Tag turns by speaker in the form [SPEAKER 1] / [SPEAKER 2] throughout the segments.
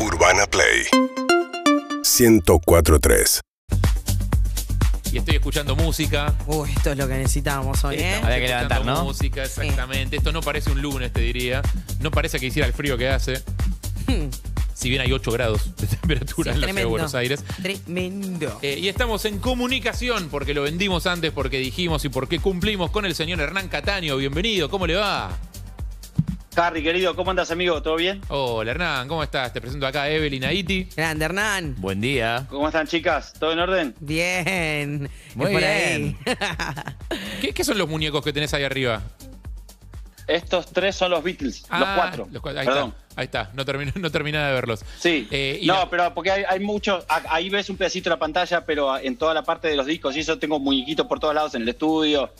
[SPEAKER 1] Urbana Play 1043.
[SPEAKER 2] Y estoy escuchando música.
[SPEAKER 3] Uy, esto es lo que necesitábamos hoy,
[SPEAKER 2] Estoy
[SPEAKER 3] ¿eh?
[SPEAKER 4] Había que
[SPEAKER 2] escuchando
[SPEAKER 4] levantar, ¿no?
[SPEAKER 2] Música, exactamente. Esto no parece un lunes, te diría. No parece que hiciera el frío que hace. Si bien hay 8 grados de temperatura en
[SPEAKER 3] Hmm. Sí,
[SPEAKER 2] la ciudad de
[SPEAKER 3] tremendo.
[SPEAKER 2] Buenos Aires.
[SPEAKER 3] ¿eh? Tremendo.
[SPEAKER 2] Eh, y estamos en comunicación porque lo vendimos antes, porque dijimos y porque cumplimos con el señor Hernán Cataño. Bienvenido, ¿cómo le va?
[SPEAKER 5] Harry, querido, ¿cómo andas, amigo? ¿Todo bien?
[SPEAKER 2] Hola Hernán, ¿cómo estás? Te presento acá a Evelyn Aiti.
[SPEAKER 3] Grande, Hernán.
[SPEAKER 4] Buen día.
[SPEAKER 5] ¿Cómo están, chicas? ¿Todo en orden?
[SPEAKER 3] Bien. Es
[SPEAKER 4] Muy
[SPEAKER 3] por
[SPEAKER 4] bien.
[SPEAKER 3] ahí.
[SPEAKER 2] ¿Qué, qué son los muñecos que tenés ahí arriba?
[SPEAKER 5] Estos tres son los Beatles, los
[SPEAKER 2] Ah,
[SPEAKER 5] cuatro.
[SPEAKER 2] los cuatro, Ahí
[SPEAKER 5] Perdón.
[SPEAKER 2] está, ahí está. No terminé, no terminé de verlos.
[SPEAKER 5] Sí.
[SPEAKER 2] Eh, y
[SPEAKER 5] no,
[SPEAKER 2] la-
[SPEAKER 5] pero porque hay, hay muchos. a- Ahí ves un pedacito de la pantalla, pero en toda la parte de los discos y eso tengo muñequitos por todos lados en el estudio.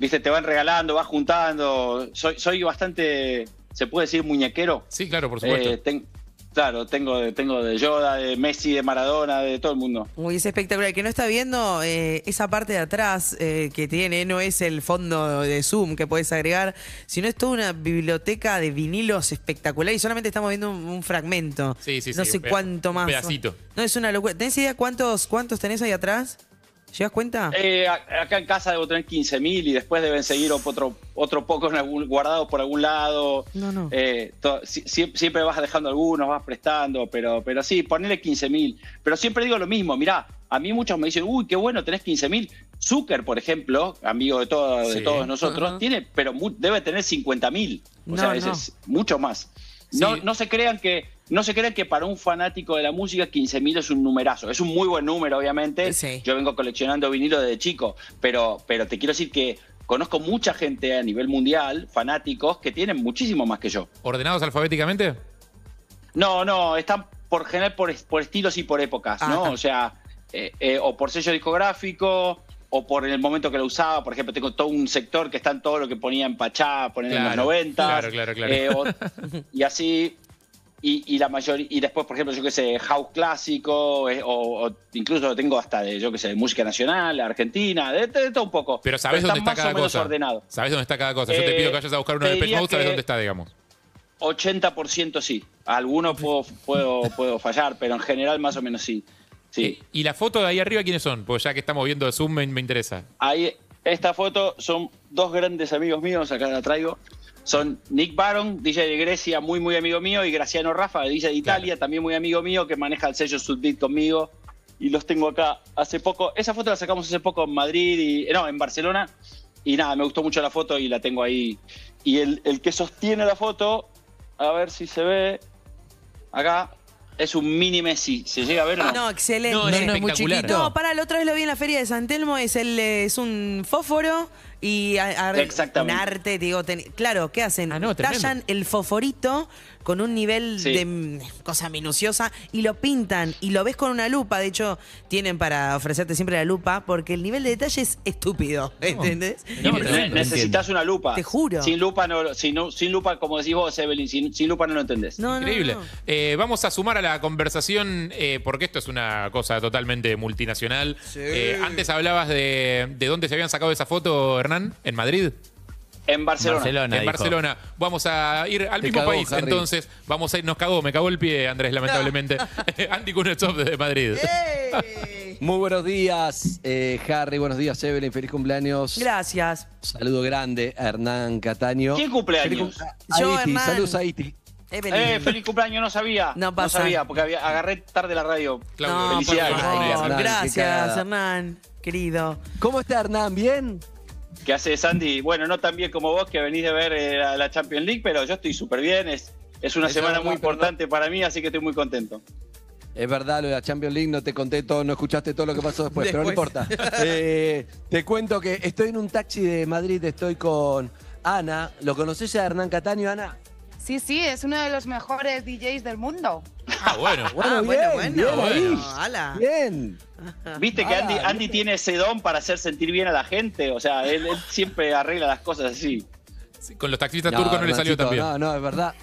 [SPEAKER 5] Viste, te van regalando, vas juntando. Soy, soy bastante, se puede decir, muñequero.
[SPEAKER 2] Sí, claro, por supuesto.
[SPEAKER 5] Eh, ten- claro, tengo, de- tengo de Yoda, de Messi, de Maradona, de todo el mundo.
[SPEAKER 3] Uy, es espectacular. El que no está viendo eh, esa parte de atrás eh, que tiene, no es el fondo de Zoom que puedes agregar, sino es toda una biblioteca de vinilos espectacular y solamente estamos viendo un, un fragmento.
[SPEAKER 2] Sí, sí,
[SPEAKER 3] No
[SPEAKER 2] sí,
[SPEAKER 3] sé
[SPEAKER 2] un peda-
[SPEAKER 3] cuánto
[SPEAKER 2] un
[SPEAKER 3] más.
[SPEAKER 2] pedacito.
[SPEAKER 3] No, es una locura. ¿Tenés idea cuántos, cuántos tenés ahí atrás? ¿Llevas cuenta?
[SPEAKER 5] Eh, a- acá en casa debo tener 15.000 y después deben seguir otro, otro poco en algún- guardados por algún lado.
[SPEAKER 3] No, no.
[SPEAKER 5] Eh, to- si- sie- siempre vas dejando algunos, vas prestando, pero, pero sí, ponele 15.000. Pero siempre digo lo mismo, mirá, a mí muchos me dicen, uy, qué bueno, tenés 15.000. Zucker, por ejemplo, amigo de, todo- de
[SPEAKER 2] Sí.
[SPEAKER 5] todos nosotros,
[SPEAKER 2] Ajá.
[SPEAKER 5] tiene, pero mu- debe tener 50.000. O
[SPEAKER 3] No,
[SPEAKER 5] sea, ese
[SPEAKER 3] no.
[SPEAKER 5] es mucho más. No,
[SPEAKER 2] Sí.
[SPEAKER 5] no se crean que... No se crean que para un fanático de la música 15.000 es un numerazo. Es un muy buen número, obviamente.
[SPEAKER 3] Sí.
[SPEAKER 5] Yo vengo coleccionando vinilo desde chico, pero, pero te quiero decir que conozco mucha gente a nivel mundial, fanáticos, que tienen muchísimo más que yo.
[SPEAKER 2] ¿Ordenados alfabéticamente?
[SPEAKER 5] No, no, están por general por, es- por estilos y por épocas,
[SPEAKER 2] Ah,
[SPEAKER 5] ¿no?
[SPEAKER 3] Ajá.
[SPEAKER 5] O sea, eh, eh, o por sello discográfico, o por el momento que lo usaba. Por ejemplo, tengo todo un sector que está en todo lo que ponía en Pachá, poner en
[SPEAKER 2] Claro,
[SPEAKER 5] los 90.
[SPEAKER 2] claro, claro, claro.
[SPEAKER 5] eh, o- y así. Y, y la mayoría, y después, por ejemplo, yo que sé, house clásico, eh, o, o incluso tengo hasta de, yo que sé, de música nacional, argentina, de, de todo un poco.
[SPEAKER 2] Pero sabes
[SPEAKER 5] está
[SPEAKER 2] dónde está
[SPEAKER 5] más
[SPEAKER 2] cada
[SPEAKER 5] o menos
[SPEAKER 2] cosa.
[SPEAKER 5] ordenado.
[SPEAKER 2] Sabes dónde está cada cosa. Yo te
[SPEAKER 5] Eh,
[SPEAKER 2] pido que vayas a buscar uno
[SPEAKER 5] te
[SPEAKER 2] de Pet
[SPEAKER 5] diría
[SPEAKER 2] Mode, sabes
[SPEAKER 5] que-
[SPEAKER 2] dónde está, digamos.
[SPEAKER 5] 80% sí. Algunos puedo, puedo, puedo fallar, pero en general más o menos sí. Sí.
[SPEAKER 2] Eh, ¿Y la foto de ahí arriba quiénes son? Pues ya que estamos viendo de Zoom me, me interesa.
[SPEAKER 5] Ahí, esta foto son dos grandes amigos míos, acá la traigo. Son Nick Baron, DJ de Grecia, muy, muy amigo mío, y Graciano Rafa, DJ de Italia, también muy amigo mío, que maneja el sello Subdit conmigo. Y los tengo acá hace poco. Esa foto la sacamos hace poco en Madrid, y, eh, no, en Barcelona. Y nada, me gustó mucho la foto y la tengo ahí. Y el, el que sostiene la foto, a ver si se ve, acá, es un mini Messi. ¿Se llega a ver o no?
[SPEAKER 3] Ah, No, excelente.
[SPEAKER 2] No, es No, no, es muy espectacular. chiquito.
[SPEAKER 3] No, para, la otra vez lo vi en la feria de San Telmo, es, el, eh, es un fósforo y a- a-
[SPEAKER 5] Exactamente.
[SPEAKER 3] un arte, te digo, ten- claro, ¿qué hacen?
[SPEAKER 2] Ah, no, tremendo.
[SPEAKER 3] Tallan el fosforito con un nivel
[SPEAKER 5] Sí.
[SPEAKER 3] de mm, cosa minuciosa y lo pintan y lo ves con una lupa, de hecho tienen para ofrecerte siempre la lupa porque el nivel de detalle es estúpido, ¿entendés?
[SPEAKER 2] No,
[SPEAKER 5] Ne-
[SPEAKER 2] tremendo.
[SPEAKER 5] Necesitas una lupa.
[SPEAKER 3] Te juro.
[SPEAKER 5] Sin lupa, no, lo- sin, nu- sin lupa, como decís vos, Evelyn, sin, sin lupa no lo entendés.
[SPEAKER 3] No, no,
[SPEAKER 2] Increíble.
[SPEAKER 3] no.
[SPEAKER 2] Eh, vamos a sumar a la conversación, eh, porque esto es una cosa totalmente multinacional. Eh, antes hablabas de, de dónde se habían sacado esa foto, Hernán, en Madrid.
[SPEAKER 5] En Barcelona.
[SPEAKER 4] Barcelona.
[SPEAKER 2] en
[SPEAKER 4] dijo.
[SPEAKER 2] Barcelona. Vamos a ir al
[SPEAKER 4] Te
[SPEAKER 2] mismo
[SPEAKER 4] cagó,
[SPEAKER 2] país.
[SPEAKER 4] Harry.
[SPEAKER 2] Entonces, vamos a ir. Nos cagó, me cagó el pie, Andrés, lamentablemente. Andy Kunetsov desde Madrid.
[SPEAKER 3] Eh. ¡Ey!
[SPEAKER 6] Muy buenos días, eh, Harry. Buenos días, Evelyn. Feliz cumpleaños.
[SPEAKER 3] Gracias.
[SPEAKER 6] Saludo grande a Hernán Cataño.
[SPEAKER 5] ¿Quién cumpleaños?
[SPEAKER 6] Feliz cum-
[SPEAKER 3] Yo,
[SPEAKER 6] a Iti.
[SPEAKER 3] Hernán.
[SPEAKER 6] Saludos a Iti.
[SPEAKER 3] Evelyn.
[SPEAKER 5] Eh, feliz cumpleaños, no sabía.
[SPEAKER 3] No pasa.
[SPEAKER 5] sabía, porque había- agarré tarde la radio.
[SPEAKER 2] Claudio,
[SPEAKER 3] no, por
[SPEAKER 5] felicidades,
[SPEAKER 3] favor.
[SPEAKER 2] Hernán,
[SPEAKER 6] qué
[SPEAKER 3] Gracias,
[SPEAKER 6] cagada.
[SPEAKER 3] Hernán, querido.
[SPEAKER 6] ¿Cómo está Hernán? ¿Bien?
[SPEAKER 5] ¿Qué hace Sandy? Bueno, no tan bien como vos que venís de ver eh, la, la Champions League, pero yo estoy súper bien. Es, es una
[SPEAKER 6] Eso
[SPEAKER 5] semana
[SPEAKER 6] es verdad, pero
[SPEAKER 5] muy
[SPEAKER 6] no-
[SPEAKER 5] importante para mí, así que estoy muy contento.
[SPEAKER 6] Es verdad, lo de la Champions League no te conté todo, no escuchaste todo lo que pasó después, pero no
[SPEAKER 3] Después.
[SPEAKER 6] importa. Eh, te cuento que estoy en un taxi de Madrid, estoy con Ana. ¿Lo conoces a Hernán Cataño, Ana?
[SPEAKER 3] Ah,
[SPEAKER 7] Sí, sí, es uno de los mejores DJs del mundo.
[SPEAKER 2] Ah, bueno.
[SPEAKER 3] Ah, bueno, bueno,
[SPEAKER 6] bien,
[SPEAKER 3] bueno, ala.
[SPEAKER 6] bien.
[SPEAKER 5] Viste que
[SPEAKER 6] Ah,
[SPEAKER 5] Andy, Andy
[SPEAKER 6] bien.
[SPEAKER 5] tiene ese don para hacer sentir bien a la gente. O sea, él, él siempre arregla las cosas así.
[SPEAKER 2] Sí, Con los taxistas turcos no le salió
[SPEAKER 6] Hernancito,
[SPEAKER 2] tan bien.
[SPEAKER 6] No, no, es verdad.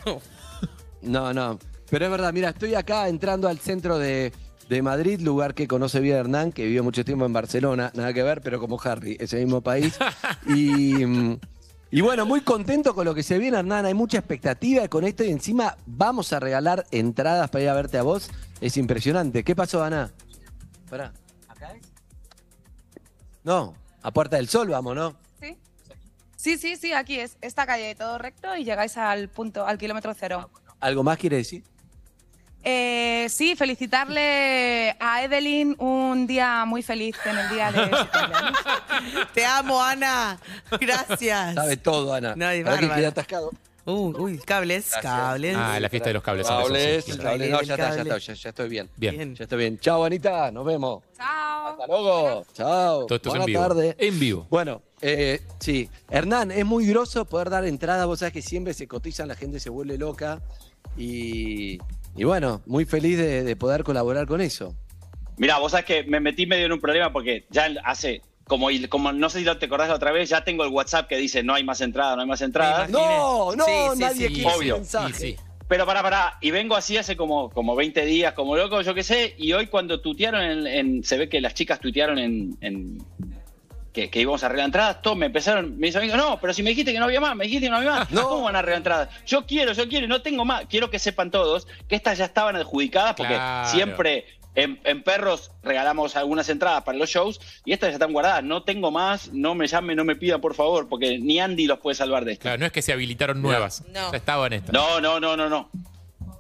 [SPEAKER 6] No, no. Pero es verdad, mira, estoy acá entrando al centro de, de Madrid, lugar que conoce bien Hernán, que vivió mucho tiempo en Barcelona, nada que ver, pero como Harry, ese mismo país. Y, mm, Y bueno, muy contento con lo que se viene, Hernán. Hay mucha expectativa con esto y encima vamos a regalar entradas para ir a verte a vos. Es impresionante. ¿Qué pasó, Ana? Pará. ¿Acá es? No, a Puerta del Sol vamos, ¿no?
[SPEAKER 7] ¿Sí? sí, sí, sí, aquí es. Esta calle todo recto y llegáis al punto, al kilómetro cero.
[SPEAKER 6] ¿Algo más quiere decir?
[SPEAKER 7] Eh, sí, felicitarle a Evelyn un día muy feliz en el día de su cumpleaños.
[SPEAKER 3] Te amo, Ana. Gracias.
[SPEAKER 6] Sabe todo, Ana.
[SPEAKER 3] No, y
[SPEAKER 6] Ahora que
[SPEAKER 3] bárbara.
[SPEAKER 6] queda atascado.
[SPEAKER 3] Uh, uy, cables, cables.
[SPEAKER 2] Ah, la fiesta de los cables.
[SPEAKER 6] Cables,
[SPEAKER 2] empezó, sí.
[SPEAKER 6] cables. No, ya está, ya
[SPEAKER 3] Cable.
[SPEAKER 6] está, ya, ya estoy bien.
[SPEAKER 2] Bien.
[SPEAKER 3] Bien.
[SPEAKER 6] Ya estoy bien. Chao, Anita, nos vemos.
[SPEAKER 7] Chao.
[SPEAKER 6] Hasta luego. Chao.
[SPEAKER 2] Todo esto es
[SPEAKER 6] Buena
[SPEAKER 2] en vivo.
[SPEAKER 6] tarde.
[SPEAKER 2] En vivo.
[SPEAKER 6] Bueno, eh, sí. Hernán, es muy groso poder dar entrada. Vos sabés que siempre se cotizan, la gente se vuelve loca. Y, y bueno, muy feliz de, de poder colaborar con eso.
[SPEAKER 5] Mirá, vos sabés que me metí medio en un problema porque ya hace, como, y como no sé si lo te acordás la otra vez, ya tengo el WhatsApp que dice no hay más entrada, no hay más entrada.
[SPEAKER 3] Me imagino.
[SPEAKER 6] No, no,
[SPEAKER 3] Sí, sí,
[SPEAKER 6] nadie
[SPEAKER 3] sí.
[SPEAKER 6] quiere ese
[SPEAKER 5] Obvio.
[SPEAKER 6] mensaje.
[SPEAKER 2] Y sí.
[SPEAKER 5] Pero pará, pará, y vengo así hace como, como 20 días, como loco, yo qué sé, y hoy cuando tutearon, en, en- se ve que las chicas tutearon en, en- que, que íbamos a arreglar entradas, todos me empezaron, me amigos, no, pero si me dijiste que no había más, me dijiste que no había más,
[SPEAKER 6] No.
[SPEAKER 5] ¿cómo van a arreglar entradas? Yo quiero, yo quiero, y no tengo más, quiero que sepan todos que estas ya estaban adjudicadas, porque
[SPEAKER 2] Claro.
[SPEAKER 5] siempre en, en Perros regalamos algunas entradas para los shows, y estas ya están guardadas, no tengo más, no me llamen, no me pidan, por favor, porque ni Andy los puede salvar de esto.
[SPEAKER 2] Claro, no es que se habilitaron nuevas.
[SPEAKER 3] No.
[SPEAKER 2] Ya estaban estas.
[SPEAKER 5] No, no, no, no, no.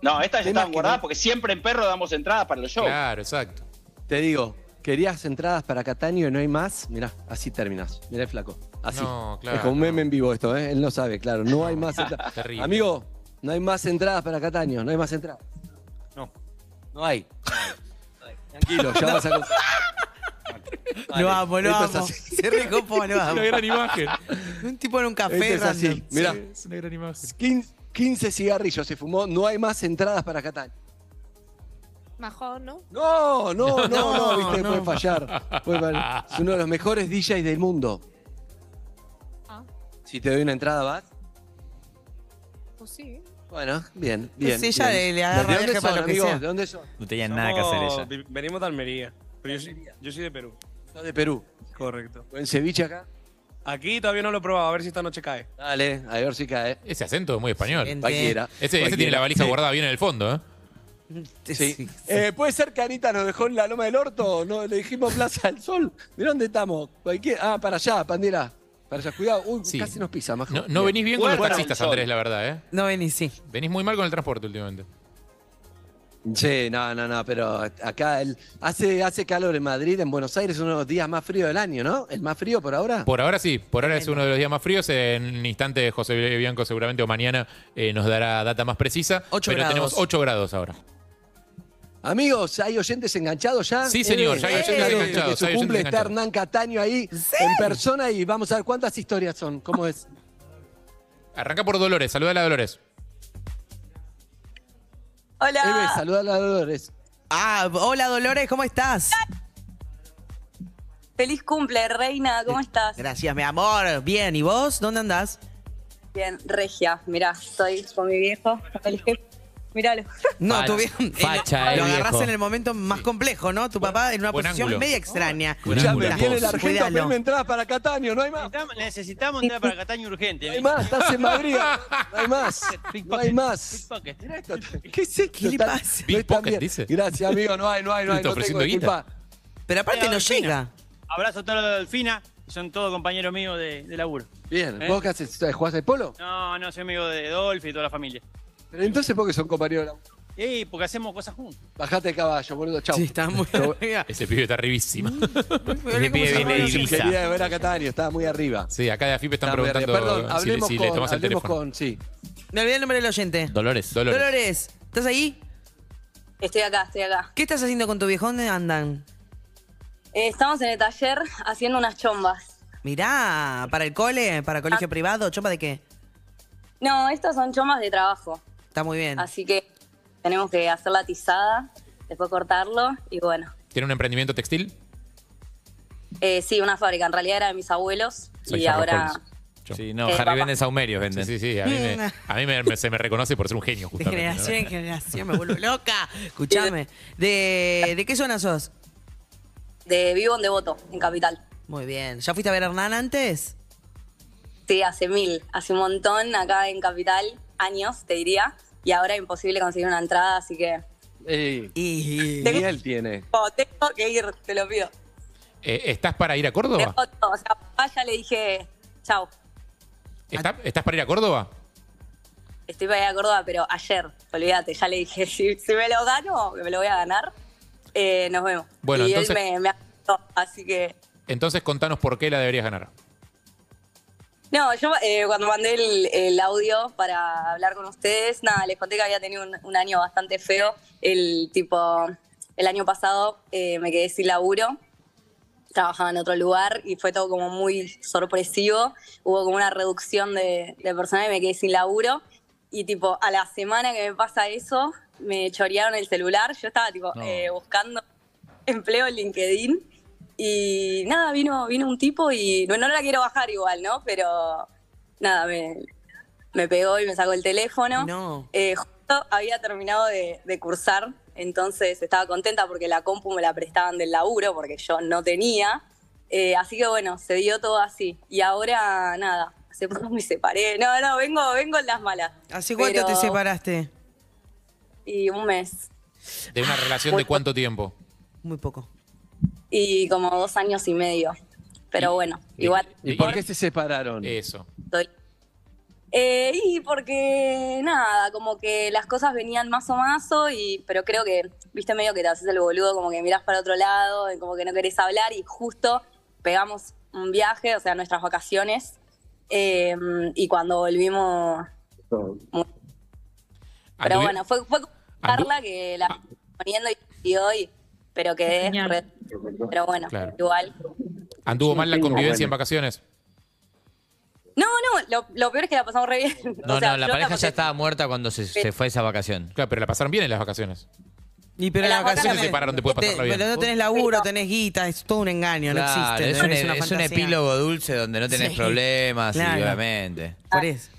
[SPEAKER 5] No, estas
[SPEAKER 6] Temas
[SPEAKER 5] ya estaban
[SPEAKER 6] que
[SPEAKER 5] guardadas
[SPEAKER 6] no-
[SPEAKER 5] porque siempre en perro damos entradas para los shows.
[SPEAKER 2] Claro, exacto.
[SPEAKER 6] Te digo, querías entradas para Cataño y no hay más. Mirá, así terminas. Mirá el flaco. Así.
[SPEAKER 2] No, claro,
[SPEAKER 6] es como un meme
[SPEAKER 2] no.
[SPEAKER 6] en vivo esto, ¿eh? Él no sabe, claro. No hay más entradas.
[SPEAKER 2] Terrible.
[SPEAKER 6] Amigo, no hay más entradas para Cataño. No hay más entradas.
[SPEAKER 1] No.
[SPEAKER 6] No hay. Tranquilo, ya vas a Este conseguir.
[SPEAKER 3] Lo amo, lo
[SPEAKER 6] Esto es
[SPEAKER 3] amo.
[SPEAKER 6] así.
[SPEAKER 3] Se recopó, lo amo.
[SPEAKER 2] imagen.
[SPEAKER 3] Un tipo en un
[SPEAKER 6] Esto
[SPEAKER 3] café
[SPEAKER 6] es así.
[SPEAKER 3] random.
[SPEAKER 6] Mirá,
[SPEAKER 2] Es una gran imagen.
[SPEAKER 6] 15, cigarrillos se fumó. No hay más entradas para Cataño.
[SPEAKER 4] Majón, ¿no?
[SPEAKER 6] No, no, no, no,
[SPEAKER 3] No,
[SPEAKER 6] viste,
[SPEAKER 3] no.
[SPEAKER 6] puede fallar. Puede fallar. Es uno de los mejores DJs del mundo.
[SPEAKER 4] Ah.
[SPEAKER 6] Si te doy una entrada, ¿vas?
[SPEAKER 4] Pues sí.
[SPEAKER 6] Bueno, bien, bien.
[SPEAKER 3] Sí, ella
[SPEAKER 6] bien.
[SPEAKER 3] le- le agarra
[SPEAKER 6] ¿De dónde
[SPEAKER 3] viaje para
[SPEAKER 6] son,
[SPEAKER 3] lo que
[SPEAKER 6] amigos?
[SPEAKER 3] sea.
[SPEAKER 6] ¿De dónde son?
[SPEAKER 1] No tenía nada que hacer
[SPEAKER 8] Somos-
[SPEAKER 1] ella.
[SPEAKER 8] vi- Venimos de Almería, pero yo soy, yo soy de Perú,
[SPEAKER 6] Son de Perú.
[SPEAKER 8] correcto.
[SPEAKER 6] ¿O en ceviche acá?
[SPEAKER 8] Aquí todavía no lo he probado, a ver si esta noche cae.
[SPEAKER 6] Dale, a ver si cae.
[SPEAKER 2] Ese acento es muy español.
[SPEAKER 3] Excelente.
[SPEAKER 6] Cualquiera.
[SPEAKER 2] Ese, ese
[SPEAKER 6] Cualquiera.
[SPEAKER 2] tiene la baliza guardada bien en el fondo, ¿eh?
[SPEAKER 6] Sí.
[SPEAKER 3] Sí.
[SPEAKER 6] Eh, ¿Puede ser que Anita nos dejó en la Loma del Orto? No, le dijimos Plaza del Sol. ¿De dónde estamos? Cualquier- Ah, para allá, Pandera. Para allá, cuidado. Uy,
[SPEAKER 2] Sí.
[SPEAKER 6] casi nos pisa, Majo.
[SPEAKER 2] No, no venís bien con los
[SPEAKER 5] Guarda un
[SPEAKER 2] taxistas,
[SPEAKER 5] sol.
[SPEAKER 2] Andrés, la verdad, ¿eh?
[SPEAKER 3] No vení, sí.
[SPEAKER 2] Venís muy mal con el transporte últimamente.
[SPEAKER 6] Sí, no, no, no, pero acá el- hace, hace calor en Madrid, en Buenos Aires, uno de los días más fríos del año, ¿no? ¿El más frío por ahora?
[SPEAKER 2] Por ahora sí, por ahora es uno de los días más fríos. En instante José Bianco seguramente o mañana eh, nos dará data más precisa.
[SPEAKER 3] Ocho
[SPEAKER 2] pero
[SPEAKER 3] grados.
[SPEAKER 2] tenemos 8 grados ahora.
[SPEAKER 6] Amigos, ¿hay oyentes enganchados ya?
[SPEAKER 2] Sí, señor,
[SPEAKER 6] Eh,
[SPEAKER 2] ya
[SPEAKER 3] hay oyentes
[SPEAKER 6] claro,
[SPEAKER 2] enganchados,
[SPEAKER 6] que su
[SPEAKER 2] hay oyentes
[SPEAKER 6] cumple está
[SPEAKER 2] enganchados.
[SPEAKER 6] Hernán Cataño ahí en persona y vamos a ver cuántas historias son. ¿Cómo es?
[SPEAKER 2] Arranca por Dolores, saluda a la Dolores.
[SPEAKER 6] Eve, saludala a Dolores.
[SPEAKER 3] Ah, hola Dolores, ¿cómo estás?
[SPEAKER 9] Feliz cumple, reina, ¿cómo estás?
[SPEAKER 3] Gracias, mi amor. Bien, ¿y vos? ¿Dónde andás?
[SPEAKER 9] Bien, regia, mirá, estoy con mi viejo, con el jefe. Míralo.
[SPEAKER 3] No,
[SPEAKER 1] Facha.
[SPEAKER 3] tu viejo.
[SPEAKER 1] Facha, eh,
[SPEAKER 3] Lo agarrás
[SPEAKER 1] viejo.
[SPEAKER 3] en el momento más complejo, ¿no? Tu papá en una
[SPEAKER 2] buen
[SPEAKER 3] posición
[SPEAKER 2] ángulo.
[SPEAKER 3] media extraña.
[SPEAKER 1] Buen
[SPEAKER 6] Escuchame,
[SPEAKER 1] ángulo.
[SPEAKER 6] viene el
[SPEAKER 3] Vos,
[SPEAKER 6] argentino a
[SPEAKER 3] cuidalo.
[SPEAKER 6] pedirme entradas para Cataño, no hay más.
[SPEAKER 8] Necesitamos, entrar para Cataño urgente.
[SPEAKER 6] No
[SPEAKER 10] ¿eh?
[SPEAKER 6] hay más, estás en Madrid. No hay más. No hay más. ¿Qué es esto?
[SPEAKER 3] ¿Qué le
[SPEAKER 6] Está-
[SPEAKER 3] pasa?
[SPEAKER 6] No están
[SPEAKER 2] Pickpocket,
[SPEAKER 6] bien.
[SPEAKER 2] dice.
[SPEAKER 6] Gracias, amigo. No hay, no hay, no
[SPEAKER 2] Está
[SPEAKER 6] hay. No tengo
[SPEAKER 2] ofreciendo guita.
[SPEAKER 6] disculpa.
[SPEAKER 3] Pero aparte no llega.
[SPEAKER 10] Abrazo a toda la Delfina, que son todos compañeros míos de, de laburo.
[SPEAKER 6] Bien,
[SPEAKER 10] ¿Eh?
[SPEAKER 6] ¿vos qué haces? ¿Jugás al polo?
[SPEAKER 10] No, no, soy amigo de Dolphy y toda la familia.
[SPEAKER 6] Pero entonces, ¿por qué son compañeros? de laburo?
[SPEAKER 10] Y porque hacemos cosas juntos.
[SPEAKER 6] Bajate de caballo, boludo. Chau.
[SPEAKER 3] Sí, está muy
[SPEAKER 6] Yo-
[SPEAKER 3] arriba.
[SPEAKER 2] Ese pibe está arribísimo.
[SPEAKER 1] Ese pibe viene de Ibiza.
[SPEAKER 6] Quería ver a Cataño, estaba muy arriba.
[SPEAKER 2] Sí, acá de AFIP están
[SPEAKER 6] Estaba muy arriba.
[SPEAKER 2] preguntando
[SPEAKER 6] Perdón,
[SPEAKER 2] si, le-
[SPEAKER 6] hablemos
[SPEAKER 2] si le
[SPEAKER 6] con.
[SPEAKER 2] tomás el
[SPEAKER 6] Hablemos
[SPEAKER 2] teléfono.
[SPEAKER 6] con. Sí.
[SPEAKER 3] Me olvidé el nombre del oyente.
[SPEAKER 1] Dolores.
[SPEAKER 2] Dolores.
[SPEAKER 3] Dolores, ¿estás ahí?
[SPEAKER 9] Estoy acá, estoy acá.
[SPEAKER 3] ¿Qué estás haciendo con tu viejo? ¿Dónde andan?
[SPEAKER 9] Eh, estamos en el taller haciendo unas chombas.
[SPEAKER 3] Mirá, para el cole, para
[SPEAKER 9] Ah.
[SPEAKER 3] colegio privado, ¿chopa de qué?
[SPEAKER 9] No, estas son chombas de trabajo,
[SPEAKER 3] Está muy bien.
[SPEAKER 9] así que tenemos que hacer la tizada, después cortarlo y bueno.
[SPEAKER 2] ¿Tiene un emprendimiento textil?
[SPEAKER 9] Eh, sí, una fábrica, en realidad era de mis abuelos
[SPEAKER 2] Soy
[SPEAKER 9] y
[SPEAKER 2] Sherlock
[SPEAKER 9] ahora...
[SPEAKER 2] Holmes. Yo.
[SPEAKER 1] Sí, no,
[SPEAKER 9] Eh,
[SPEAKER 1] Harry
[SPEAKER 9] papá.
[SPEAKER 1] vende saumerios,
[SPEAKER 2] Sí,
[SPEAKER 1] venden.
[SPEAKER 2] sí, sí. A mí, me, a mí me- me- se me reconoce por ser un genio,
[SPEAKER 3] De
[SPEAKER 2] justamente. ¿no?
[SPEAKER 3] generación en generación, me vuelvo loca. Escuchame. ¿De, ¿De qué zona sos?
[SPEAKER 9] De vivo en Devoto, en Capital.
[SPEAKER 3] Muy bien. ¿Ya fuiste a ver a Hernán antes?
[SPEAKER 9] Sí, hace mil, hace un montón acá en Capital, años te diría, y ahora imposible conseguir una entrada, así que
[SPEAKER 6] Ey,
[SPEAKER 3] Y-
[SPEAKER 6] Eh, ni él tiene.
[SPEAKER 9] oh, tengo que ir, te lo pido.
[SPEAKER 2] Eh, ¿Estás para ir a Córdoba?
[SPEAKER 9] Tengo todo, o sea, papá ya le dije, chao,
[SPEAKER 2] ¿Está- ¿Estás para ir a Córdoba?
[SPEAKER 9] estoy para ir a Córdoba, pero ayer, olvídate, ya le dije, si, si me lo gano, que me lo voy a ganar, eh, nos vemos.
[SPEAKER 2] Bueno,
[SPEAKER 9] y
[SPEAKER 2] entonces-
[SPEAKER 9] él me, me aceptó, así que
[SPEAKER 2] Entonces contanos por qué la deberías ganar.
[SPEAKER 9] No, yo eh, cuando mandé el, el audio para hablar con ustedes, nada, les conté que había tenido un, un año bastante feo. El tipo, el año pasado eh, me quedé sin laburo, trabajaba en otro lugar y fue todo como muy sorpresivo. Hubo como una reducción de, de personal y me quedé sin laburo. Y tipo, a la semana que me pasa eso, me chorearon el celular. Yo estaba tipo
[SPEAKER 11] No.
[SPEAKER 9] eh, buscando empleo en LinkedIn. Y nada, vino, vino un tipo y no, no la quiero bajar igual, ¿no? Pero nada, me, me pegó y me sacó el teléfono.
[SPEAKER 3] No.
[SPEAKER 9] Eh, justo había terminado de, de cursar, entonces estaba contenta porque la compu me la prestaban del laburo porque yo no tenía. Eh, así que bueno, se dio todo así. Y ahora nada, hace poco me separé. No, no, vengo, vengo en las malas.
[SPEAKER 3] ¿Hace cuánto
[SPEAKER 9] Pero-
[SPEAKER 3] te separaste?
[SPEAKER 9] Y un mes.
[SPEAKER 2] ¿De una relación de cuánto tiempo?
[SPEAKER 3] Muy poco.
[SPEAKER 9] Y como dos años y medio. Pero bueno, igual.
[SPEAKER 6] ¿Y por qué se separaron?
[SPEAKER 2] Eso.
[SPEAKER 9] Eh, y porque nada, como que las cosas venían más o mazo, y, pero creo que, viste, medio que te haces el boludo, como que mirás para otro lado, y como que no querés hablar, y justo pegamos un viaje, o sea, nuestras vacaciones, eh, y cuando volvimos. Pero
[SPEAKER 2] Anduvi-
[SPEAKER 9] bueno, fue, fue como una
[SPEAKER 2] Andu-
[SPEAKER 9] charla que la poniendo y- y hoy, pero quedé. re- pero bueno,
[SPEAKER 2] Claro.
[SPEAKER 9] igual.
[SPEAKER 2] ¿Anduvo mal la convivencia en vacaciones?
[SPEAKER 9] No, no, lo, lo peor es que la pasamos re bien.
[SPEAKER 1] No,
[SPEAKER 9] O sea,
[SPEAKER 1] no, la
[SPEAKER 9] yo
[SPEAKER 1] pareja
[SPEAKER 9] pasé-
[SPEAKER 1] ya estaba muerta cuando se, se fue esa vacación.
[SPEAKER 2] Claro, pero la pasaron bien en las vacaciones.
[SPEAKER 3] Y pero
[SPEAKER 9] En
[SPEAKER 3] las
[SPEAKER 9] las
[SPEAKER 2] Si se
[SPEAKER 3] vacaciones.
[SPEAKER 2] separaron, te puede
[SPEAKER 3] te-
[SPEAKER 2] pasarla bien.
[SPEAKER 3] pero no tenés laburo, tenés guita, es todo un engaño,
[SPEAKER 1] Claro,
[SPEAKER 3] no existe.
[SPEAKER 1] es, un, e-
[SPEAKER 3] ¿entendés? una
[SPEAKER 1] es un
[SPEAKER 3] fantasía.
[SPEAKER 1] epílogo dulce donde no tenés
[SPEAKER 3] Sí.
[SPEAKER 1] problemas, y
[SPEAKER 3] Claro.
[SPEAKER 1] obviamente.
[SPEAKER 3] Por eso.